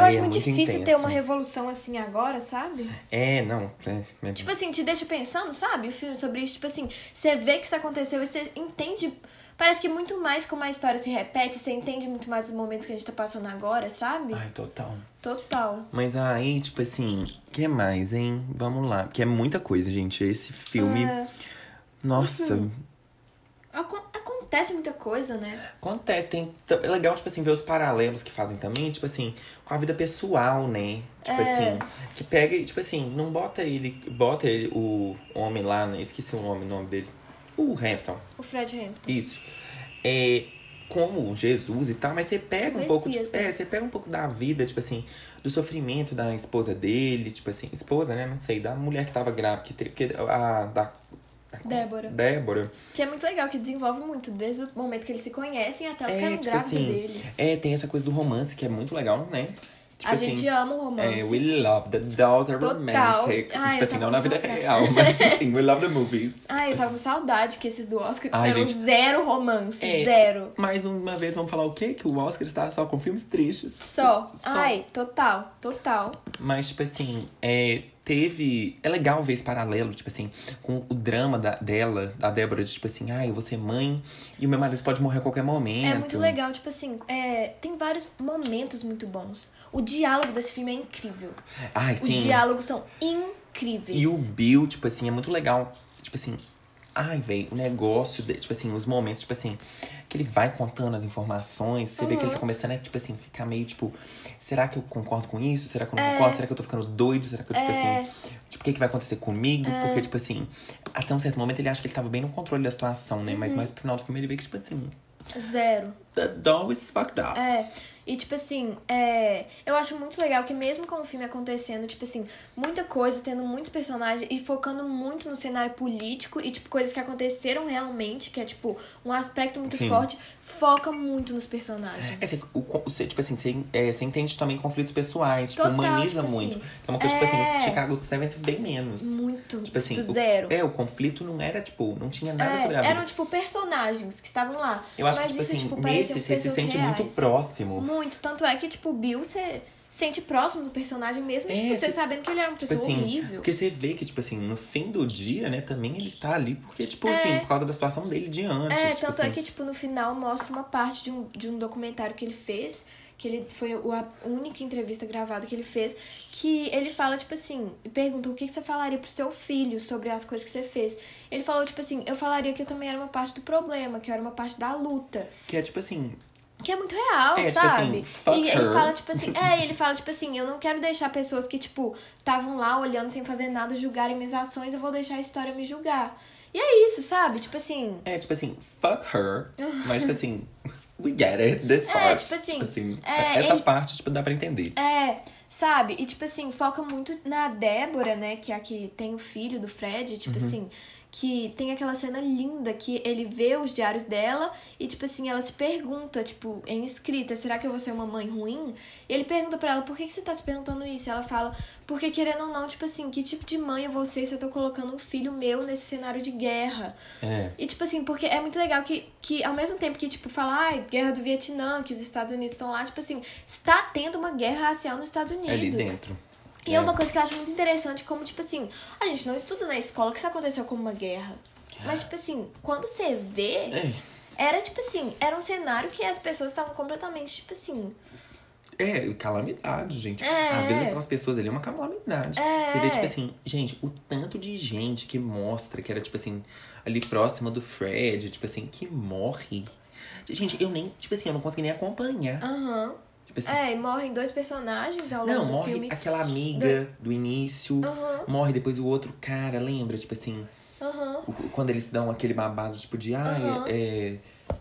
[SPEAKER 2] Ai,
[SPEAKER 1] acho
[SPEAKER 2] é
[SPEAKER 1] muito
[SPEAKER 2] muito
[SPEAKER 1] difícil
[SPEAKER 2] intenso.
[SPEAKER 1] ter uma revolução assim agora, sabe?
[SPEAKER 2] É, não. É, é-
[SPEAKER 1] Tipo assim, te deixa pensando, sabe? O filme sobre isso, tipo assim, você vê que isso aconteceu e você entende. Parece que muito mais como a história se repete, você entende muito mais os momentos que a gente tá passando agora, sabe?
[SPEAKER 2] Ai, total.
[SPEAKER 1] Total.
[SPEAKER 2] Mas aí, tipo assim, o que mais, hein? Vamos lá. Porque é muita coisa, gente. Esse filme.
[SPEAKER 1] É. Uhum.
[SPEAKER 2] Nossa.
[SPEAKER 1] Acon- Acontece muita coisa, né?
[SPEAKER 2] Acontece. Tem, t- é legal, tipo assim, ver os paralelos que fazem também, tipo assim, com a vida pessoal, né? Tipo
[SPEAKER 1] É.
[SPEAKER 2] assim. Que pega e, tipo assim, não bota ele. Bota ele, o homem lá, né? Esqueci o nome, o nome dele. O Hampton.
[SPEAKER 1] O Fred Hampton.
[SPEAKER 2] Isso. É, como Jesus e tal, mas você pega um
[SPEAKER 1] Messias,
[SPEAKER 2] pouco. tipo,
[SPEAKER 1] né?
[SPEAKER 2] É, você pega um pouco da vida, tipo assim, do sofrimento da esposa dele, tipo assim, esposa, né? Não sei, da mulher que tava grávida, que teve. Porque a. Da, da-
[SPEAKER 1] Débora.
[SPEAKER 2] Débora.
[SPEAKER 1] Que é muito legal, que desenvolve muito desde o momento que eles se conhecem até ela
[SPEAKER 2] É,
[SPEAKER 1] ficar
[SPEAKER 2] tipo
[SPEAKER 1] grávida
[SPEAKER 2] assim,
[SPEAKER 1] dele.
[SPEAKER 2] É, tem essa coisa do romance que é muito legal, né? Tipo
[SPEAKER 1] a gente ama o romance.
[SPEAKER 2] É, we love the dolls are
[SPEAKER 1] Total. Ah,
[SPEAKER 2] romantic.
[SPEAKER 1] Ai, essa
[SPEAKER 2] tipo assim, não na vida
[SPEAKER 1] música-
[SPEAKER 2] real, mas tipo assim, we love the movies.
[SPEAKER 1] Ai, eu tava com saudade que esses do Oscar
[SPEAKER 2] Ai,
[SPEAKER 1] eram
[SPEAKER 2] gente.
[SPEAKER 1] zero romance.
[SPEAKER 2] É.
[SPEAKER 1] Zero.
[SPEAKER 2] Mais uma vez, vamos falar o quê? Que o Oscar está só com filmes tristes.
[SPEAKER 1] Só.
[SPEAKER 2] Só.
[SPEAKER 1] Ai, total, total.
[SPEAKER 2] Mas, tipo assim, é, teve. É legal ver esse paralelo, tipo assim, com o drama da, dela, da Débora, de tipo assim, ah, eu vou ser mãe e o meu marido pode morrer a qualquer momento.
[SPEAKER 1] É muito legal, tipo assim, é, tem vários momentos muito bons. O diálogo desse filme é incrível.
[SPEAKER 2] Ai,
[SPEAKER 1] Os
[SPEAKER 2] sim.
[SPEAKER 1] diálogos são incríveis.
[SPEAKER 2] E o Bill, tipo assim, é muito legal. Tipo assim, ai, velho, o negócio, de, tipo assim, os momentos, tipo assim, que ele vai contando as informações, você vê que
[SPEAKER 1] Uhum.
[SPEAKER 2] ele tá começando a, tipo assim, ficar
[SPEAKER 1] É.
[SPEAKER 2] meio, tipo, será que eu concordo com isso? Será que eu não concordo? Será que eu tô ficando doido? Será que eu, tipo assim. Tipo, o que, que vai acontecer comigo?
[SPEAKER 1] É.
[SPEAKER 2] Porque, tipo assim, até um certo momento ele acha que ele tava bem no controle da situação, né?
[SPEAKER 1] Uhum.
[SPEAKER 2] Mas mais pro final do filme ele vê que, tipo assim,
[SPEAKER 1] Zero.
[SPEAKER 2] the doll is fucked up.
[SPEAKER 1] É. E tipo assim, é, eu acho muito legal que mesmo com o filme acontecendo, tipo assim, muita coisa, tendo muitos personagens e focando muito no cenário político e tipo coisas que aconteceram realmente, que é tipo um aspecto muito
[SPEAKER 2] Sim.
[SPEAKER 1] forte, foca muito nos personagens.
[SPEAKER 2] É, você, o, você, tipo assim, você, é, você entende também conflitos pessoais, tipo,
[SPEAKER 1] Total,
[SPEAKER 2] humaniza
[SPEAKER 1] tipo
[SPEAKER 2] muito.
[SPEAKER 1] assim,
[SPEAKER 2] é uma coisa, tipo assim,
[SPEAKER 1] é.
[SPEAKER 2] esse Chicago do Seventh bem menos.
[SPEAKER 1] Muito.
[SPEAKER 2] Tipo assim, o-
[SPEAKER 1] zero.
[SPEAKER 2] é, o conflito não era, tipo, não tinha nada
[SPEAKER 1] É,
[SPEAKER 2] sobre a vida.
[SPEAKER 1] eram tipo personagens que estavam lá.
[SPEAKER 2] Eu acho que,
[SPEAKER 1] mas
[SPEAKER 2] tipo
[SPEAKER 1] isso,
[SPEAKER 2] assim,
[SPEAKER 1] tipo,
[SPEAKER 2] nesse
[SPEAKER 1] pareciam
[SPEAKER 2] você se
[SPEAKER 1] pessoas
[SPEAKER 2] sente
[SPEAKER 1] reais.
[SPEAKER 2] muito próximo.
[SPEAKER 1] Muito, tanto é que, tipo, o Bill, você sente próximo do personagem mesmo,
[SPEAKER 2] É,
[SPEAKER 1] tipo, você
[SPEAKER 2] cê-
[SPEAKER 1] sabendo que ele era uma
[SPEAKER 2] Tipo
[SPEAKER 1] pessoa
[SPEAKER 2] assim,
[SPEAKER 1] horrível.
[SPEAKER 2] porque você vê que, tipo assim, no fim do dia, né, também ele tá ali, porque, tipo
[SPEAKER 1] É.
[SPEAKER 2] assim, por causa da situação dele de antes.
[SPEAKER 1] É,
[SPEAKER 2] tipo
[SPEAKER 1] tanto
[SPEAKER 2] assim.
[SPEAKER 1] é que, tipo, no final mostra uma parte de um, de um documentário que ele fez, que ele foi o- a única entrevista gravada que ele fez, que ele fala, tipo assim, pergunta o que que você falaria pro seu filho sobre as coisas que você fez. Ele falou, tipo assim, eu falaria que eu também era uma parte do problema, que eu era uma parte da luta.
[SPEAKER 2] Que é, tipo assim,
[SPEAKER 1] Que é muito real,
[SPEAKER 2] É, tipo
[SPEAKER 1] sabe?
[SPEAKER 2] assim, fuck
[SPEAKER 1] e
[SPEAKER 2] her.
[SPEAKER 1] ele fala, tipo assim, é, ele fala, tipo assim, eu não quero deixar pessoas que, tipo, estavam lá olhando sem fazer nada, julgarem minhas ações, eu vou deixar a história me julgar. E é isso, sabe? Tipo assim.
[SPEAKER 2] é, tipo assim, fuck her, mas, tipo assim, we get it, this part.
[SPEAKER 1] tipo assim,
[SPEAKER 2] é,
[SPEAKER 1] é,
[SPEAKER 2] essa
[SPEAKER 1] ele-
[SPEAKER 2] parte, tipo, dá pra entender.
[SPEAKER 1] É, sabe? E tipo assim, foca muito na Débora, né? Que é a que tem o filho do Fred, tipo assim, que tem aquela cena linda que ele vê os diários dela e, tipo assim, ela se pergunta, tipo, em escrita, será que eu vou ser uma mãe ruim? E ele pergunta pra ela, por que, que você tá se perguntando isso? E ela fala, porque querendo ou não, tipo assim, que tipo de mãe eu vou ser se eu tô colocando um filho meu nesse cenário de guerra?
[SPEAKER 2] É.
[SPEAKER 1] E, tipo assim, porque é muito legal que, que ao mesmo tempo que, tipo, fala, ai, guerra do Vietnã, que os Estados Unidos estão lá, tipo assim, está tendo uma guerra racial nos Estados Unidos.
[SPEAKER 2] ali dentro.
[SPEAKER 1] E é. uma coisa que eu acho muito interessante, como, tipo assim, a gente não estuda na escola que isso aconteceu como uma guerra. Mas, tipo assim, quando você vê,
[SPEAKER 2] É,
[SPEAKER 1] era, tipo assim, era um cenário que as pessoas estavam completamente, tipo assim,
[SPEAKER 2] é, calamidade, gente.
[SPEAKER 1] É.
[SPEAKER 2] A vida daquelas pessoas ali é uma calamidade.
[SPEAKER 1] É.
[SPEAKER 2] Você vê, tipo assim, gente, o tanto de gente que mostra que era, tipo assim, ali próxima do Fred, tipo assim, que morre. Gente, eu nem, tipo assim, eu não consegui nem acompanhar.
[SPEAKER 1] aham.
[SPEAKER 2] Tipo assim,
[SPEAKER 1] É, e morrem dois personagens ao longo
[SPEAKER 2] não,
[SPEAKER 1] do
[SPEAKER 2] morre
[SPEAKER 1] filme.
[SPEAKER 2] aquela amiga do, início.
[SPEAKER 1] Aham,
[SPEAKER 2] Morre depois o outro cara, lembra? Tipo assim,
[SPEAKER 1] aham.
[SPEAKER 2] o- quando eles dão aquele babado, tipo, de ah,
[SPEAKER 1] Aham.
[SPEAKER 2] é,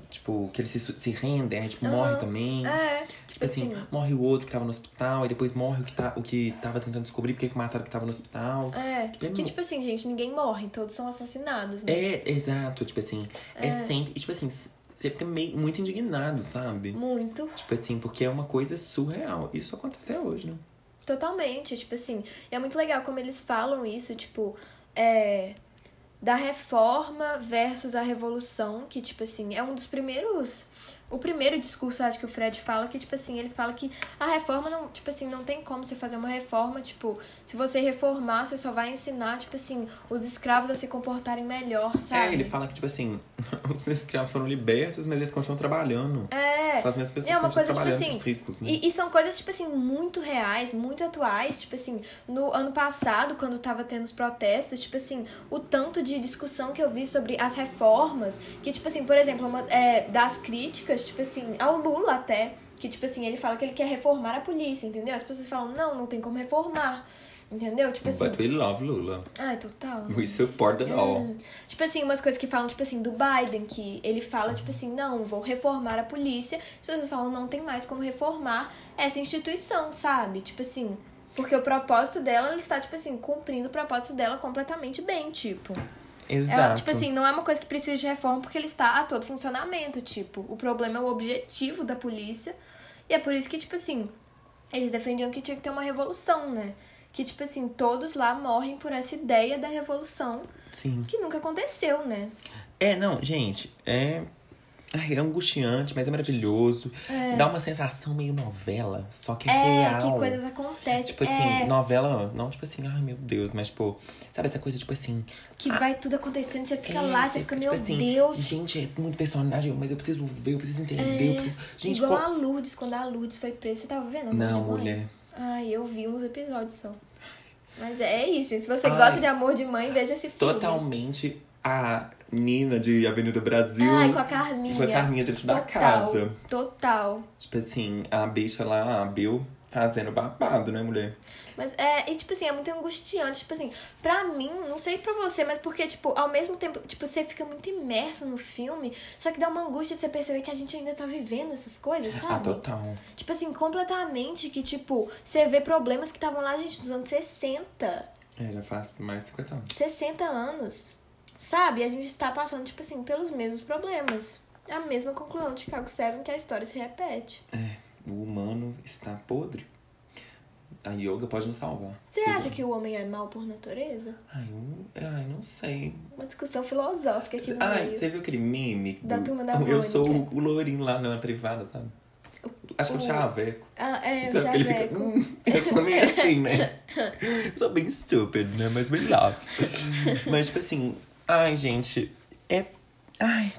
[SPEAKER 2] Tipo, que eles se, su- se rendem, aí, tipo,
[SPEAKER 1] Aham.
[SPEAKER 2] morre também.
[SPEAKER 1] É,
[SPEAKER 2] Tipo assim, morre o outro que tava no hospital, e depois morre o que, tá, o que tava tentando descobrir porque que mataram o que tava no hospital.
[SPEAKER 1] É,
[SPEAKER 2] Tipo, é
[SPEAKER 1] que
[SPEAKER 2] mu-
[SPEAKER 1] tipo assim, gente, ninguém morre, todos são assassinados, né?
[SPEAKER 2] É, exato, tipo assim, é, sempre. E, tipo assim, c- você fica meio, muito indignado, sabe?
[SPEAKER 1] Muito,
[SPEAKER 2] Tipo assim, porque é uma coisa surreal. Isso acontece até hoje, né?
[SPEAKER 1] totalmente, tipo assim, é muito legal como eles falam isso, tipo, é da reforma versus a revolução, que tipo assim, é um dos primeiros o primeiro discurso, acho que o Fred fala que tipo assim, ele fala que a reforma não, tipo assim, não tem como você fazer uma reforma, tipo, se você reformar, você só vai ensinar, tipo assim, os escravos a se comportarem melhor, sabe?
[SPEAKER 2] É, ele fala que, tipo assim, os escravos foram libertos, mas eles continuam trabalhando.
[SPEAKER 1] É,
[SPEAKER 2] Só as mesmas pessoas
[SPEAKER 1] É uma
[SPEAKER 2] continuam
[SPEAKER 1] coisa, tipo
[SPEAKER 2] trabalhando
[SPEAKER 1] assim,
[SPEAKER 2] pros ricos, né?
[SPEAKER 1] E, e são coisas, tipo assim, muito reais, muito atuais. Tipo assim, no ano passado, quando tava tendo os protestos, tipo assim, o tanto de discussão que eu vi sobre as reformas, que, tipo assim, por exemplo, uma é, das críticas, tipo assim, ao Lula até, que, tipo assim, ele fala que ele quer reformar a polícia, entendeu? As pessoas falam, não, não tem como reformar, entendeu? Tipo assim,
[SPEAKER 2] But we love Lula.
[SPEAKER 1] ai, total.
[SPEAKER 2] We support it all.
[SPEAKER 1] Hum. Tipo assim, umas coisas que falam, tipo assim, do Biden, que ele fala, tipo assim, não, vou reformar a polícia. As pessoas falam, não tem mais como reformar essa instituição, sabe? Tipo assim, porque o propósito dela, ela está, tipo assim, cumprindo o propósito dela completamente bem, tipo.
[SPEAKER 2] Exato.
[SPEAKER 1] Ela, tipo assim, não é uma coisa que precisa de reforma porque ele está a todo funcionamento, tipo. O problema é o objetivo da polícia. E é por isso que, tipo assim, eles defendiam que tinha que ter uma revolução, né? Que, tipo assim, todos lá morrem por essa ideia da revolução
[SPEAKER 2] Sim.
[SPEAKER 1] que nunca aconteceu, né?
[SPEAKER 2] É, não, gente, é. ai, é angustiante, mas é maravilhoso. Dá uma sensação meio novela, só que é,
[SPEAKER 1] É,
[SPEAKER 2] real.
[SPEAKER 1] que coisas acontecem.
[SPEAKER 2] Tipo assim,
[SPEAKER 1] é,
[SPEAKER 2] novela, não tipo assim, ai meu Deus, mas tipo, sabe essa coisa, tipo assim.
[SPEAKER 1] que vai tudo acontecendo, você fica lá, você fica,
[SPEAKER 2] tipo
[SPEAKER 1] meu
[SPEAKER 2] assim,
[SPEAKER 1] Deus. É,
[SPEAKER 2] Gente, é muito personagem, mas eu preciso ver, eu preciso entender, eu preciso. Gente,
[SPEAKER 1] Igual
[SPEAKER 2] qual-
[SPEAKER 1] a Lourdes, quando a Lourdes foi presa, você tava vendo? Amor de
[SPEAKER 2] Não,
[SPEAKER 1] mãe?
[SPEAKER 2] mulher.
[SPEAKER 1] Ai, eu vi uns episódios só. Mas é isso, gente. Se você
[SPEAKER 2] Ai.
[SPEAKER 1] gosta de amor de mãe, veja esse filme.
[SPEAKER 2] Totalmente a Nina de Avenida Brasil. tipo,
[SPEAKER 1] Ai, com a Carminha.
[SPEAKER 2] com a Carminha dentro da
[SPEAKER 1] Total,
[SPEAKER 2] casa.
[SPEAKER 1] Total.
[SPEAKER 2] Tipo assim, a bicha lá, a Bill, fazendo babado, né, mulher?
[SPEAKER 1] Mas é, e tipo assim, é muito angustiante. Tipo assim, pra mim, não sei pra você, mas porque, tipo, ao mesmo tempo, tipo, você fica muito imerso no filme, só que dá uma angústia de você perceber que a gente ainda tá vivendo essas coisas, sabe?
[SPEAKER 2] Ah, total.
[SPEAKER 1] Tipo assim, completamente que, tipo, você vê problemas que estavam lá, gente, nos anos 60.
[SPEAKER 2] É, já faz mais de 50 anos.
[SPEAKER 1] 60 anos. Sabe? E a gente está passando, tipo assim, pelos mesmos problemas. A mesma conclusão de Chicago 7 que a história se repete.
[SPEAKER 2] É, o humano está podre. A yoga pode nos salvar.
[SPEAKER 1] Você acha que o homem é mal por natureza?
[SPEAKER 2] Ai, eu, ai não sei.
[SPEAKER 1] Uma discussão filosófica aqui no
[SPEAKER 2] Ai,
[SPEAKER 1] meio.
[SPEAKER 2] você viu aquele meme?
[SPEAKER 1] Da turma da
[SPEAKER 2] Eu sou
[SPEAKER 1] Mônica.
[SPEAKER 2] o lourinho lá na privada, sabe? Acho que é
[SPEAKER 1] o-
[SPEAKER 2] o Chaveco.
[SPEAKER 1] Ah, é,
[SPEAKER 2] Sabe que ele fica,
[SPEAKER 1] Chaveco.
[SPEAKER 2] hum, eu sou meio assim, né? sou bem stupid, né? Mas bem love. Mas, tipo assim, ai, gente, é. Ai.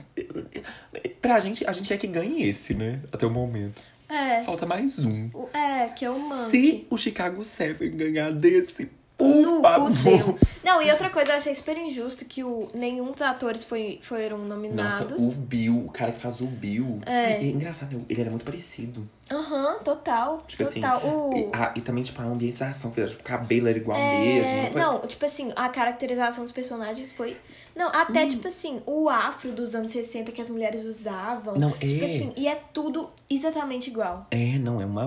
[SPEAKER 2] Pra gente, a gente quer que ganhe esse, né? Até o momento.
[SPEAKER 1] É,
[SPEAKER 2] Falta mais um.
[SPEAKER 1] o- é, que é o manque.
[SPEAKER 2] Se o Chicago Seven ganhar desse, por
[SPEAKER 1] No
[SPEAKER 2] favor.
[SPEAKER 1] fudeu. Não, e outra coisa, eu achei super injusto que o, nenhum dos atores foi, foram
[SPEAKER 2] Nossa,
[SPEAKER 1] nominados.
[SPEAKER 2] o Bill, o cara que faz o Bill.
[SPEAKER 1] É.
[SPEAKER 2] E engraçado, né? ele era muito parecido.
[SPEAKER 1] Aham, total.
[SPEAKER 2] Tipo
[SPEAKER 1] total.
[SPEAKER 2] assim. E,
[SPEAKER 1] o...
[SPEAKER 2] a- e também, tipo, a ambientação, fizeram, tipo, o cabelo era igual mesmo.
[SPEAKER 1] É,
[SPEAKER 2] Não, foi...
[SPEAKER 1] não, tipo assim, a caracterização dos personagens foi. Não,
[SPEAKER 2] Hum.
[SPEAKER 1] até tipo assim, o afro dos anos 60 que as mulheres usavam.
[SPEAKER 2] Não,
[SPEAKER 1] Tipo
[SPEAKER 2] é.
[SPEAKER 1] assim, e é tudo exatamente igual.
[SPEAKER 2] É, não, é uma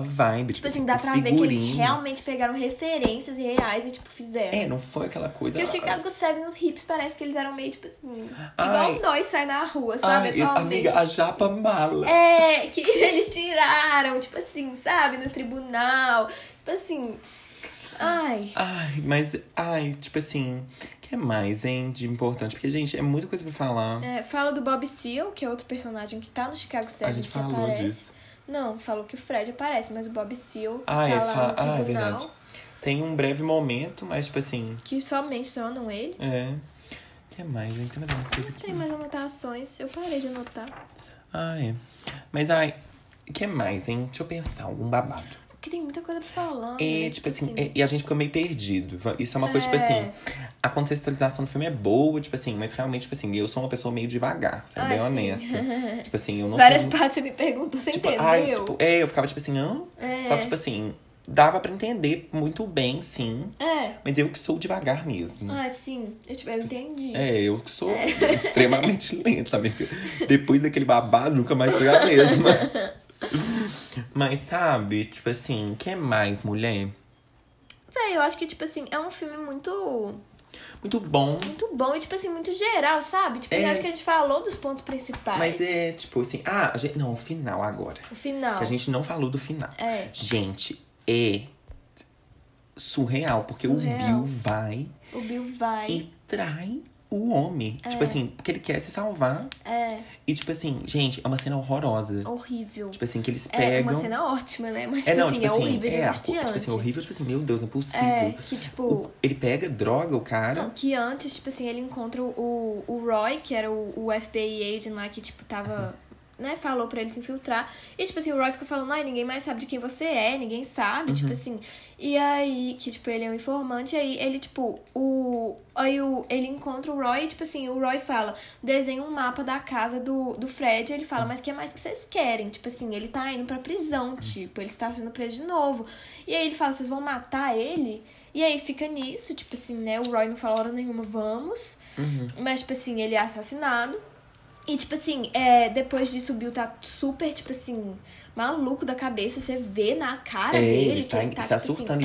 [SPEAKER 1] Tipo
[SPEAKER 2] vibe. Tipo,
[SPEAKER 1] assim, dá
[SPEAKER 2] um
[SPEAKER 1] pra ver que
[SPEAKER 2] figurino.
[SPEAKER 1] eles realmente pegaram referências reais e, tipo, fizeram.
[SPEAKER 2] É, não foi aquela coisa.
[SPEAKER 1] Porque o Chicago Seven, os hips, parece que eles eram meio, tipo assim,
[SPEAKER 2] Ai.
[SPEAKER 1] igual nós sai na rua, sabe?
[SPEAKER 2] Ai, eu-
[SPEAKER 1] atualmente.
[SPEAKER 2] amiga, a japa mala.
[SPEAKER 1] É, que eles tiraram, tipo assim, sabe? No tribunal. Tipo assim. Ai.
[SPEAKER 2] Ai, mas, ai, tipo assim, o que mais, hein, de importante? Porque, gente, é muita coisa pra falar.
[SPEAKER 1] É, fala do Bob Seal, que é outro personagem que tá no Chicago
[SPEAKER 2] a
[SPEAKER 1] Seven
[SPEAKER 2] gente
[SPEAKER 1] que
[SPEAKER 2] falou
[SPEAKER 1] aparece.
[SPEAKER 2] disso.
[SPEAKER 1] Não, falou que o Fred aparece, mas o Bob Seal que
[SPEAKER 2] Ah,
[SPEAKER 1] tá
[SPEAKER 2] é,
[SPEAKER 1] lá
[SPEAKER 2] fa-
[SPEAKER 1] no
[SPEAKER 2] ah, é
[SPEAKER 1] tribunal,
[SPEAKER 2] verdade. Tem um breve momento, mas, tipo assim,
[SPEAKER 1] que só mencionam ele.
[SPEAKER 2] é. O que mais, hein? Tem mais alguma coisa
[SPEAKER 1] Não
[SPEAKER 2] aqui?
[SPEAKER 1] tem mais anotações, eu parei de anotar.
[SPEAKER 2] Ah, é. Mas, ai, o que mais, hein? Deixa eu pensar, algum babado.
[SPEAKER 1] Porque tem muita coisa pra falar.
[SPEAKER 2] É,
[SPEAKER 1] né?
[SPEAKER 2] tipo assim, é- e a gente fica meio perdido. Va- Isso é uma coisa, tipo
[SPEAKER 1] É.
[SPEAKER 2] assim, a contextualização do filme é boa, tipo assim, mas realmente, tipo assim, eu sou uma pessoa meio devagar, sabe?
[SPEAKER 1] Ai,
[SPEAKER 2] é, bem
[SPEAKER 1] Ah, sim.
[SPEAKER 2] honesta. tipo assim, eu não.
[SPEAKER 1] Várias
[SPEAKER 2] não-
[SPEAKER 1] partes você me perguntou, você
[SPEAKER 2] tipo,
[SPEAKER 1] entendeu?
[SPEAKER 2] ai, tipo, é, eu ficava, tipo assim, hã?
[SPEAKER 1] É.
[SPEAKER 2] Só que, tipo assim, dava pra entender muito bem, sim.
[SPEAKER 1] É.
[SPEAKER 2] Mas eu que sou devagar mesmo.
[SPEAKER 1] Ah, sim. Eu, tipo, eu entendi.
[SPEAKER 2] hum. É, eu que sou extremamente lenta, amiga. Depois daquele babado, nunca mais fui a mesma. Mas sabe, tipo assim, o que mais, mulher?
[SPEAKER 1] Véi, eu acho que, tipo assim, é um filme muito
[SPEAKER 2] Muito bom.
[SPEAKER 1] muito bom e, tipo assim, muito geral, sabe? Tipo, eu
[SPEAKER 2] É.
[SPEAKER 1] acho que a gente falou dos pontos principais.
[SPEAKER 2] Mas é tipo assim, ah, a gente, não, o final agora.
[SPEAKER 1] O final.
[SPEAKER 2] A gente não falou do final.
[SPEAKER 1] É.
[SPEAKER 2] Gente, é surreal, porque
[SPEAKER 1] Surreal.
[SPEAKER 2] o Bill vai
[SPEAKER 1] O Bill vai.
[SPEAKER 2] e trai o homem. Tipo assim, porque ele quer se salvar.
[SPEAKER 1] É
[SPEAKER 2] E tipo assim, gente, é uma cena horrorosa.
[SPEAKER 1] horrível.
[SPEAKER 2] Tipo assim, que eles
[SPEAKER 1] é
[SPEAKER 2] pegam.
[SPEAKER 1] uma cena ótima, né? Mas,
[SPEAKER 2] é,
[SPEAKER 1] tipo,
[SPEAKER 2] não,
[SPEAKER 1] assim,
[SPEAKER 2] tipo
[SPEAKER 1] é
[SPEAKER 2] assim,
[SPEAKER 1] horrível de
[SPEAKER 2] é,
[SPEAKER 1] angustiante.
[SPEAKER 2] tipo assim, horrível, tipo assim, meu Deus, não é possível.
[SPEAKER 1] É, que, tipo.
[SPEAKER 2] O- ele pega, droga o cara.
[SPEAKER 1] Não, que antes, tipo assim, ele encontra o, o Roy, que era o, o FBI agent lá que, tipo, tava. Né, falou pra ele se infiltrar. E, tipo assim, o Roy fica falando, ai, ninguém mais sabe de quem você é, ninguém sabe, tipo assim. E aí, que, tipo, ele é um informante, e aí ele, tipo, o. Aí o, ele encontra o Roy e, tipo assim, o Roy fala, desenha um mapa da casa do, do Fred, e ele fala, mas o que mais que vocês querem? Tipo assim, ele tá indo pra prisão, tipo, ele está sendo preso de novo. E aí ele fala, vocês vão matar ele? E aí fica nisso, tipo assim, né? O Roy não fala hora nenhuma, vamos.
[SPEAKER 2] Uhum.
[SPEAKER 1] Mas, tipo assim, ele é assassinado. E, tipo assim, é, depois disso o Bill tá super, tipo assim, maluco da cabeça. Você vê na cara
[SPEAKER 2] é,
[SPEAKER 1] dele
[SPEAKER 2] ele
[SPEAKER 1] que
[SPEAKER 2] tá,
[SPEAKER 1] ele tá,
[SPEAKER 2] se
[SPEAKER 1] tipo
[SPEAKER 2] assurtando,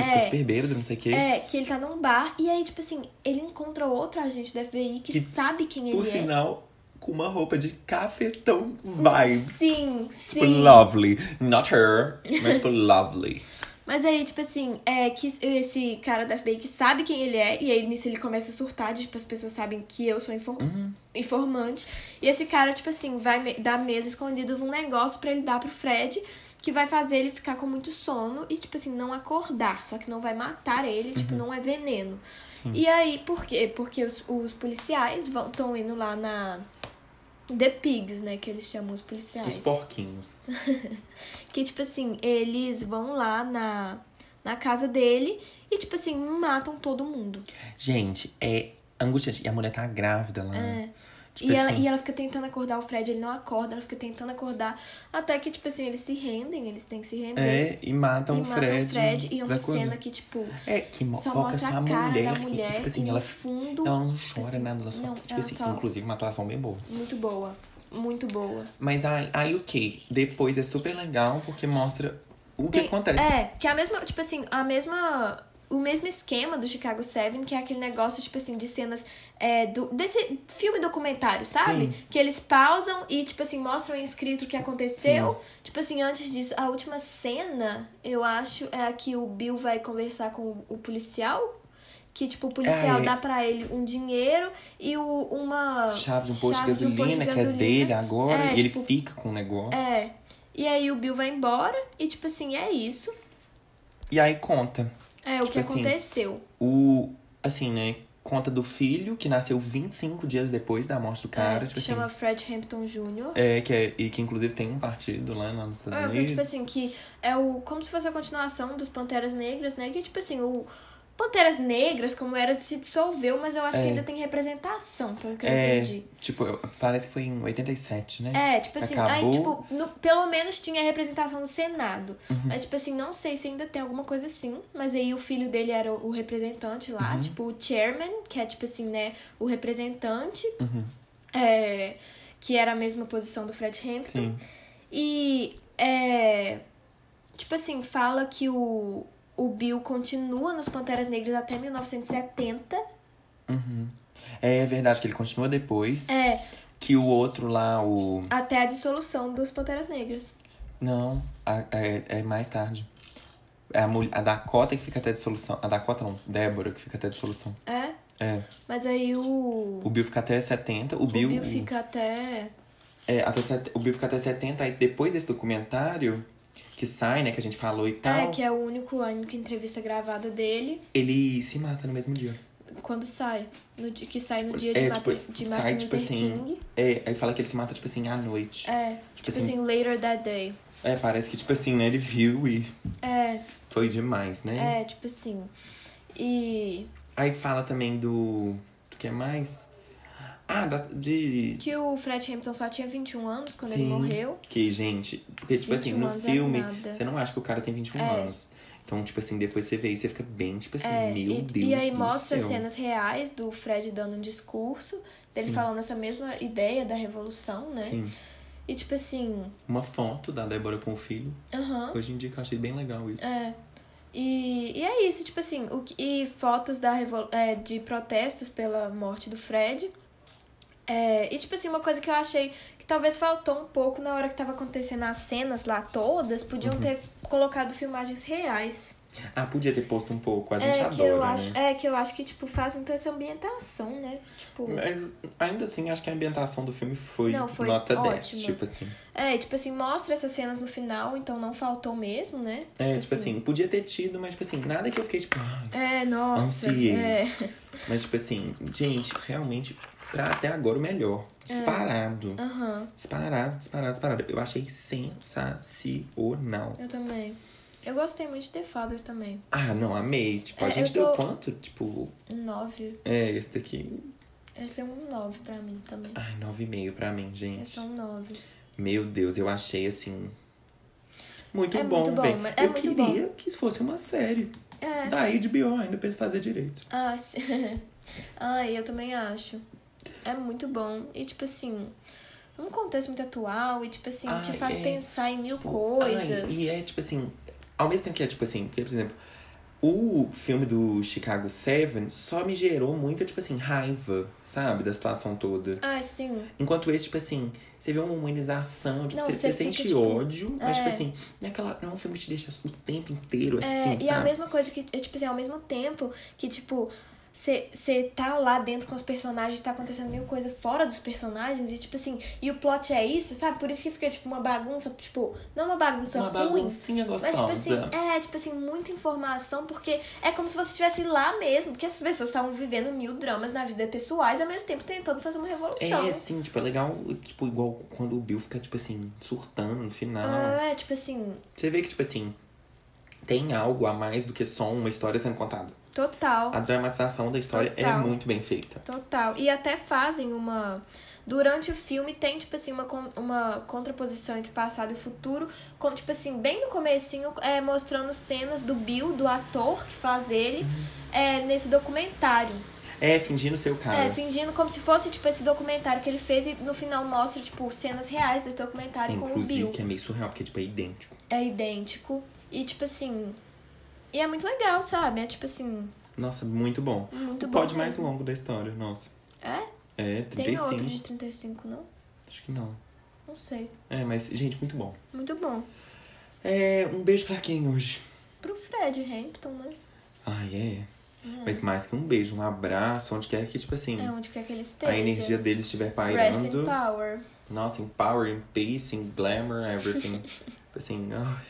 [SPEAKER 1] assim,
[SPEAKER 2] ele fica
[SPEAKER 1] é,
[SPEAKER 2] super bêbado, não sei o quê.
[SPEAKER 1] é, que ele tá num bar. E aí, tipo assim, ele encontra outro agente do FBI que,
[SPEAKER 2] Que,
[SPEAKER 1] sabe quem ele
[SPEAKER 2] Por
[SPEAKER 1] é.
[SPEAKER 2] sinal, com uma roupa de cafetão vibe.
[SPEAKER 1] Sim,
[SPEAKER 2] Tipo,
[SPEAKER 1] sim.
[SPEAKER 2] lovely. Not her, mas tipo, lovely.
[SPEAKER 1] Mas aí, tipo assim, é que esse cara da FBI que sabe quem ele é, e aí nisso ele começa a surtar, de, tipo, as pessoas sabem que eu sou infor- informante. E esse cara, tipo assim, vai me- dar mesa escondidas um negócio pra ele dar pro Fred, que vai fazer ele ficar com muito sono e, tipo assim, não acordar. Só que não vai matar ele, tipo, não é veneno. E aí, por quê? Porque os, os policiais estão indo lá na. The Pigs, né? Que eles chamam os policiais.
[SPEAKER 2] Os porquinhos.
[SPEAKER 1] Que, tipo assim, eles vão lá na, na casa dele e, tipo assim, matam todo mundo.
[SPEAKER 2] Gente, é angustiante. E a mulher tá grávida lá.
[SPEAKER 1] É.
[SPEAKER 2] Tipo
[SPEAKER 1] e, ela,
[SPEAKER 2] assim.
[SPEAKER 1] e ela fica tentando acordar o Fred, ele não acorda, ela fica tentando acordar. Até que, tipo assim, eles se rendem, eles têm que se render.
[SPEAKER 2] É, e matam
[SPEAKER 1] e
[SPEAKER 2] o
[SPEAKER 1] matam
[SPEAKER 2] Fred.
[SPEAKER 1] o Fred e é uma
[SPEAKER 2] desacordado.
[SPEAKER 1] cena que, tipo,
[SPEAKER 2] É, que mo-
[SPEAKER 1] só
[SPEAKER 2] foca só
[SPEAKER 1] mostra
[SPEAKER 2] a
[SPEAKER 1] a cara
[SPEAKER 2] mulher.
[SPEAKER 1] da
[SPEAKER 2] e,
[SPEAKER 1] mulher. e
[SPEAKER 2] tipo assim,
[SPEAKER 1] no
[SPEAKER 2] ela,
[SPEAKER 1] fundo,
[SPEAKER 2] ela não chora
[SPEAKER 1] assim,
[SPEAKER 2] nada, ela só.
[SPEAKER 1] não,
[SPEAKER 2] tipo
[SPEAKER 1] ela
[SPEAKER 2] assim,
[SPEAKER 1] só-
[SPEAKER 2] inclusive uma atuação bem boa.
[SPEAKER 1] muito boa. Muito boa.
[SPEAKER 2] Mas aí, aí ok. Depois é super legal porque mostra o que
[SPEAKER 1] Tem-
[SPEAKER 2] acontece.
[SPEAKER 1] É, que é a mesma, tipo assim, a mesma. O mesmo esquema do Chicago Seven, que é aquele negócio, tipo assim, de cenas é, do, desse filme documentário, sabe?
[SPEAKER 2] Sim.
[SPEAKER 1] Que eles pausam e, tipo assim, mostram em escrito o que aconteceu. Tipo assim, antes disso, a última cena, eu acho, é a que o Bill vai conversar com o, o policial. Que, tipo, o policial
[SPEAKER 2] É.
[SPEAKER 1] dá pra ele um dinheiro e o, uma.
[SPEAKER 2] Chave de um posto de
[SPEAKER 1] chave de um
[SPEAKER 2] gasolina,
[SPEAKER 1] posto de
[SPEAKER 2] que é
[SPEAKER 1] gasolina.
[SPEAKER 2] dele agora.
[SPEAKER 1] É,
[SPEAKER 2] e ele
[SPEAKER 1] tipo,
[SPEAKER 2] fica com o negócio.
[SPEAKER 1] É. E aí o Bill vai embora e, tipo assim, é isso.
[SPEAKER 2] E aí conta.
[SPEAKER 1] É, o
[SPEAKER 2] Tipo
[SPEAKER 1] que
[SPEAKER 2] assim,
[SPEAKER 1] aconteceu.
[SPEAKER 2] O. Assim, né? Conta do filho que nasceu 25 dias depois da morte do cara.
[SPEAKER 1] é,
[SPEAKER 2] tipo
[SPEAKER 1] que
[SPEAKER 2] assim.
[SPEAKER 1] chama Fred Hampton Jr.
[SPEAKER 2] É, que é, e que inclusive tem um partido lá nos Estados
[SPEAKER 1] É, porque,
[SPEAKER 2] Unidos.
[SPEAKER 1] tipo assim, que é o como se fosse a continuação dos Panteras Negras, né? Que, tipo assim, o Panteras Negras, como era, se dissolveu, mas eu acho
[SPEAKER 2] É.
[SPEAKER 1] que ainda tem representação, pelo que eu
[SPEAKER 2] É,
[SPEAKER 1] entendi.
[SPEAKER 2] tipo, eu- parece que foi em 87, né?
[SPEAKER 1] É, tipo assim, aí,
[SPEAKER 2] acabou.
[SPEAKER 1] tipo, no- pelo menos tinha a representação no Senado.
[SPEAKER 2] Uhum.
[SPEAKER 1] Aí, tipo assim, não sei se ainda tem alguma coisa assim, mas aí o filho dele era o o representante
[SPEAKER 2] Uhum.
[SPEAKER 1] lá, tipo, o chairman, que é, tipo assim, né, o representante,
[SPEAKER 2] Uhum.
[SPEAKER 1] é, que era a mesma posição do Fred Hampton.
[SPEAKER 2] Sim.
[SPEAKER 1] E é. Tipo assim, fala que o, o Bill continua nos Panteras Negras até 1970.
[SPEAKER 2] Uhum. É verdade que ele continua depois.
[SPEAKER 1] É,
[SPEAKER 2] Que o outro lá, o.
[SPEAKER 1] até a dissolução dos Panteras Negras.
[SPEAKER 2] Não, a- é, é mais tarde. É a, mulher, a Dakota que fica até dissolução. A Dakota não, Débora que fica até dissolução.
[SPEAKER 1] É?
[SPEAKER 2] É.
[SPEAKER 1] Mas aí o.
[SPEAKER 2] O Bill fica até 70. O
[SPEAKER 1] o
[SPEAKER 2] Bill.
[SPEAKER 1] fica até.
[SPEAKER 2] É, até, set- o Bill fica até 70. Aí depois desse documentário que sai, né, que a gente falou e tal,
[SPEAKER 1] É, que é o único, a única entrevista gravada dele
[SPEAKER 2] ele se mata no mesmo dia.
[SPEAKER 1] quando sai. No, dia- que sai no dia
[SPEAKER 2] é,
[SPEAKER 1] de,
[SPEAKER 2] tipo,
[SPEAKER 1] Martin, de
[SPEAKER 2] sai,
[SPEAKER 1] Martin
[SPEAKER 2] tipo
[SPEAKER 1] Luther
[SPEAKER 2] assim,
[SPEAKER 1] King.
[SPEAKER 2] É, aí fala que ele se mata, tipo assim, à noite.
[SPEAKER 1] É,
[SPEAKER 2] tipo
[SPEAKER 1] tipo assim, later that day.
[SPEAKER 2] É, parece que, tipo assim, né, ele viu e
[SPEAKER 1] É,
[SPEAKER 2] foi demais, né?
[SPEAKER 1] é, tipo assim. E.
[SPEAKER 2] Aí fala também do. Do que mais? Ah, da, de.
[SPEAKER 1] Que o Fred Hampton só tinha 21 anos quando ele
[SPEAKER 2] Sim.
[SPEAKER 1] morreu.
[SPEAKER 2] Que, gente. Porque, tipo assim,
[SPEAKER 1] 21
[SPEAKER 2] no
[SPEAKER 1] anos é
[SPEAKER 2] filme,
[SPEAKER 1] nada.
[SPEAKER 2] você não acha que o cara tem 21
[SPEAKER 1] É.
[SPEAKER 2] anos. Então, tipo assim, depois você vê e você fica bem, tipo assim,
[SPEAKER 1] É,
[SPEAKER 2] meu
[SPEAKER 1] e,
[SPEAKER 2] Deus.
[SPEAKER 1] e aí
[SPEAKER 2] do
[SPEAKER 1] mostra
[SPEAKER 2] céu.
[SPEAKER 1] cenas reais do Fred dando um discurso, dele
[SPEAKER 2] Sim.
[SPEAKER 1] falando essa mesma ideia da revolução, né?
[SPEAKER 2] Sim.
[SPEAKER 1] E tipo assim,
[SPEAKER 2] Uma foto da Débora com o filho.
[SPEAKER 1] aham,
[SPEAKER 2] Hoje em dia que eu achei bem legal isso.
[SPEAKER 1] é. E, e é isso, tipo assim, o, que- e fotos da revol, é, de protestos pela morte do Fred. É, e tipo assim, uma coisa que eu achei que talvez faltou um pouco na hora que tava acontecendo as cenas lá todas,
[SPEAKER 2] Uhum.
[SPEAKER 1] podiam ter colocado filmagens reais.
[SPEAKER 2] Ah, podia ter posto um pouco. A gente
[SPEAKER 1] é,
[SPEAKER 2] adora,
[SPEAKER 1] que eu
[SPEAKER 2] né?
[SPEAKER 1] acho, é, que eu acho que, tipo, faz muita essa ambientação, né? Tipo.
[SPEAKER 2] Mas ainda assim, acho que a ambientação do filme foi,
[SPEAKER 1] Não, foi
[SPEAKER 2] nota 10,
[SPEAKER 1] ótima.
[SPEAKER 2] tipo assim.
[SPEAKER 1] É, e, tipo assim, mostra essas cenas no final, então não faltou mesmo, né?
[SPEAKER 2] É, tipo assim, podia ter tido, mas tipo assim, nada que eu fiquei tipo. "Ai".
[SPEAKER 1] É, nossa.
[SPEAKER 2] Ansiei.
[SPEAKER 1] É.
[SPEAKER 2] Mas tipo assim, gente, realmente, pra até agora o
[SPEAKER 1] É.
[SPEAKER 2] melhor. Disparado.
[SPEAKER 1] Aham,
[SPEAKER 2] Disparado, disparado, disparado. Eu achei sensacional.
[SPEAKER 1] eu também. Eu gostei muito de The Father também.
[SPEAKER 2] Ah, não, amei. Tipo, a
[SPEAKER 1] É,
[SPEAKER 2] gente
[SPEAKER 1] eu
[SPEAKER 2] deu
[SPEAKER 1] tô-
[SPEAKER 2] quanto? Tipo,
[SPEAKER 1] Um 9.
[SPEAKER 2] é, esse daqui.
[SPEAKER 1] Esse é um 9 pra mim também.
[SPEAKER 2] Ai, 9,5 pra mim, gente.
[SPEAKER 1] Esse é um 9.
[SPEAKER 2] Meu Deus, eu achei assim. Muito
[SPEAKER 1] É
[SPEAKER 2] bom,
[SPEAKER 1] muito bom,
[SPEAKER 2] velho.
[SPEAKER 1] mas é
[SPEAKER 2] eu
[SPEAKER 1] muito
[SPEAKER 2] queria que isso fosse uma série.
[SPEAKER 1] É.
[SPEAKER 2] Daí de Bio ainda pra eles fazer direito.
[SPEAKER 1] Ah, sim. Ai, eu também acho. É muito bom. E, tipo assim, é um contexto muito atual e, tipo assim, te
[SPEAKER 2] Ai,
[SPEAKER 1] faz
[SPEAKER 2] é.
[SPEAKER 1] pensar em mil
[SPEAKER 2] Tipo, ai,
[SPEAKER 1] coisas.
[SPEAKER 2] e é tipo assim, ao mesmo tempo que é tipo assim, porque, por exemplo, o filme do Chicago Seven só me gerou muita, tipo assim, raiva, sabe? Da situação toda.
[SPEAKER 1] Ah, sim.
[SPEAKER 2] Enquanto esse, tipo assim, você vê uma humanização, tipo,
[SPEAKER 1] Não,
[SPEAKER 2] você,
[SPEAKER 1] você
[SPEAKER 2] você
[SPEAKER 1] fica,
[SPEAKER 2] sente
[SPEAKER 1] tipo,
[SPEAKER 2] ódio, mas, tipo
[SPEAKER 1] é.
[SPEAKER 2] assim, não é, aquela, não é um filme que te deixa o tempo inteiro assim,
[SPEAKER 1] É,
[SPEAKER 2] sabe?
[SPEAKER 1] e é a mesma coisa que, é, tipo assim, ao mesmo tempo que, tipo, você tá lá dentro com os personagens, tá acontecendo mil coisa fora dos personagens, e tipo assim, e o plot é isso, sabe? Por isso que fica, tipo, uma bagunça, tipo, não uma bagunça
[SPEAKER 2] Uma
[SPEAKER 1] ruim.
[SPEAKER 2] baguncinha
[SPEAKER 1] Mas,
[SPEAKER 2] gostosa.
[SPEAKER 1] tipo assim, é, tipo assim, muita informação, porque é como se você estivesse lá mesmo, porque essas pessoas estavam vivendo mil dramas na vida pessoais, ao mesmo tempo tentando fazer uma revolução.
[SPEAKER 2] É, assim, tipo, é legal, tipo, igual quando o Bill fica, tipo assim, surtando no final.
[SPEAKER 1] É, tipo assim,
[SPEAKER 2] Você vê que, tipo assim, tem algo a mais do que só uma história sendo contada.
[SPEAKER 1] Total.
[SPEAKER 2] A dramatização da história é
[SPEAKER 1] Total.
[SPEAKER 2] muito bem feita.
[SPEAKER 1] Total. E até fazem uma. Durante o filme tem, tipo assim, uma, con- uma contraposição entre passado e futuro. Com, tipo assim, bem no comecinho, é, mostrando cenas do Bill, do ator que faz ele, é, nesse documentário.
[SPEAKER 2] Uhum. É, fingindo ser o cara.
[SPEAKER 1] É, fingindo como se fosse, tipo, esse documentário que ele fez e no final mostra, tipo, cenas reais desse documentário com o
[SPEAKER 2] Inclusive,
[SPEAKER 1] Bill.
[SPEAKER 2] que é meio surreal, porque, tipo, é idêntico.
[SPEAKER 1] É idêntico. E, tipo assim. E é muito legal, sabe? É, tipo assim,
[SPEAKER 2] Nossa, muito bom.
[SPEAKER 1] muito bom.
[SPEAKER 2] Pode mais
[SPEAKER 1] mesmo.
[SPEAKER 2] longo da história, nossa.
[SPEAKER 1] É?
[SPEAKER 2] É,
[SPEAKER 1] Tem
[SPEAKER 2] 35.
[SPEAKER 1] outro de 35, não?
[SPEAKER 2] Acho que não.
[SPEAKER 1] Não sei.
[SPEAKER 2] É, mas, gente, muito bom.
[SPEAKER 1] Muito bom.
[SPEAKER 2] É, um beijo pra quem hoje?
[SPEAKER 1] Pro Fred Hampton, né?
[SPEAKER 2] Ai, é. Mas mais que um beijo, um abraço, onde quer que, tipo assim,
[SPEAKER 1] Hum. É onde quer que ele esteja.
[SPEAKER 2] a energia tá dele estiver
[SPEAKER 1] Rest in
[SPEAKER 2] pairando.
[SPEAKER 1] power.
[SPEAKER 2] Nossa, em power, em peace, em glamour, everything. Tipo assim, ai.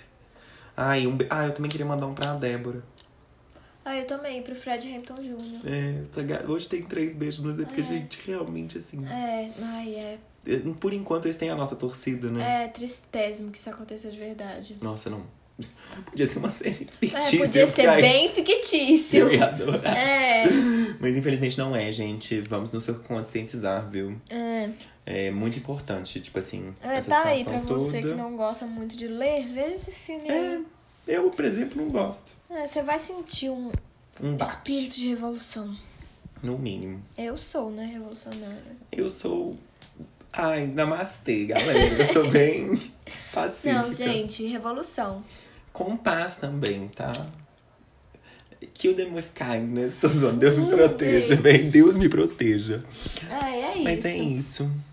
[SPEAKER 2] Ai, um be... ai, eu também queria mandar um pra Débora.
[SPEAKER 1] Ah, eu também, pro Fred Hampton Jr.
[SPEAKER 2] É, essa gar- hoje tem três beijos, mas é porque
[SPEAKER 1] É.
[SPEAKER 2] a gente realmente, assim.
[SPEAKER 1] É, ai, é.
[SPEAKER 2] eu- Por enquanto eles têm a nossa torcida, né?
[SPEAKER 1] É tristésimo que isso aconteceu de verdade.
[SPEAKER 2] Nossa, não. Podia ser uma série
[SPEAKER 1] É,
[SPEAKER 2] fictícia.
[SPEAKER 1] podia
[SPEAKER 2] eu ia-
[SPEAKER 1] ser bem fictício.
[SPEAKER 2] Eu ia adorar.
[SPEAKER 1] É,
[SPEAKER 2] Mas infelizmente não é, gente. Vamos nos conscientizar, viu?
[SPEAKER 1] é.
[SPEAKER 2] É muito importante, tipo assim,
[SPEAKER 1] É,
[SPEAKER 2] essa
[SPEAKER 1] tá aí pra
[SPEAKER 2] situação toda.
[SPEAKER 1] você que não gosta muito de ler, veja esse filme aí.
[SPEAKER 2] É, eu, por exemplo, não gosto.
[SPEAKER 1] É, você vai sentir um
[SPEAKER 2] Um baque,
[SPEAKER 1] espírito de revolução.
[SPEAKER 2] no mínimo.
[SPEAKER 1] Eu sou, né, revolucionária.
[SPEAKER 2] Eu sou... Ai, namastê, galera. Eu sou bem pacífica.
[SPEAKER 1] Não, gente, revolução.
[SPEAKER 2] Com paz também, tá? Kill them with kindness. Tô zoando. Deus me proteja,
[SPEAKER 1] Fudem.
[SPEAKER 2] velho. Deus me proteja.
[SPEAKER 1] É, é isso.
[SPEAKER 2] Mas é isso.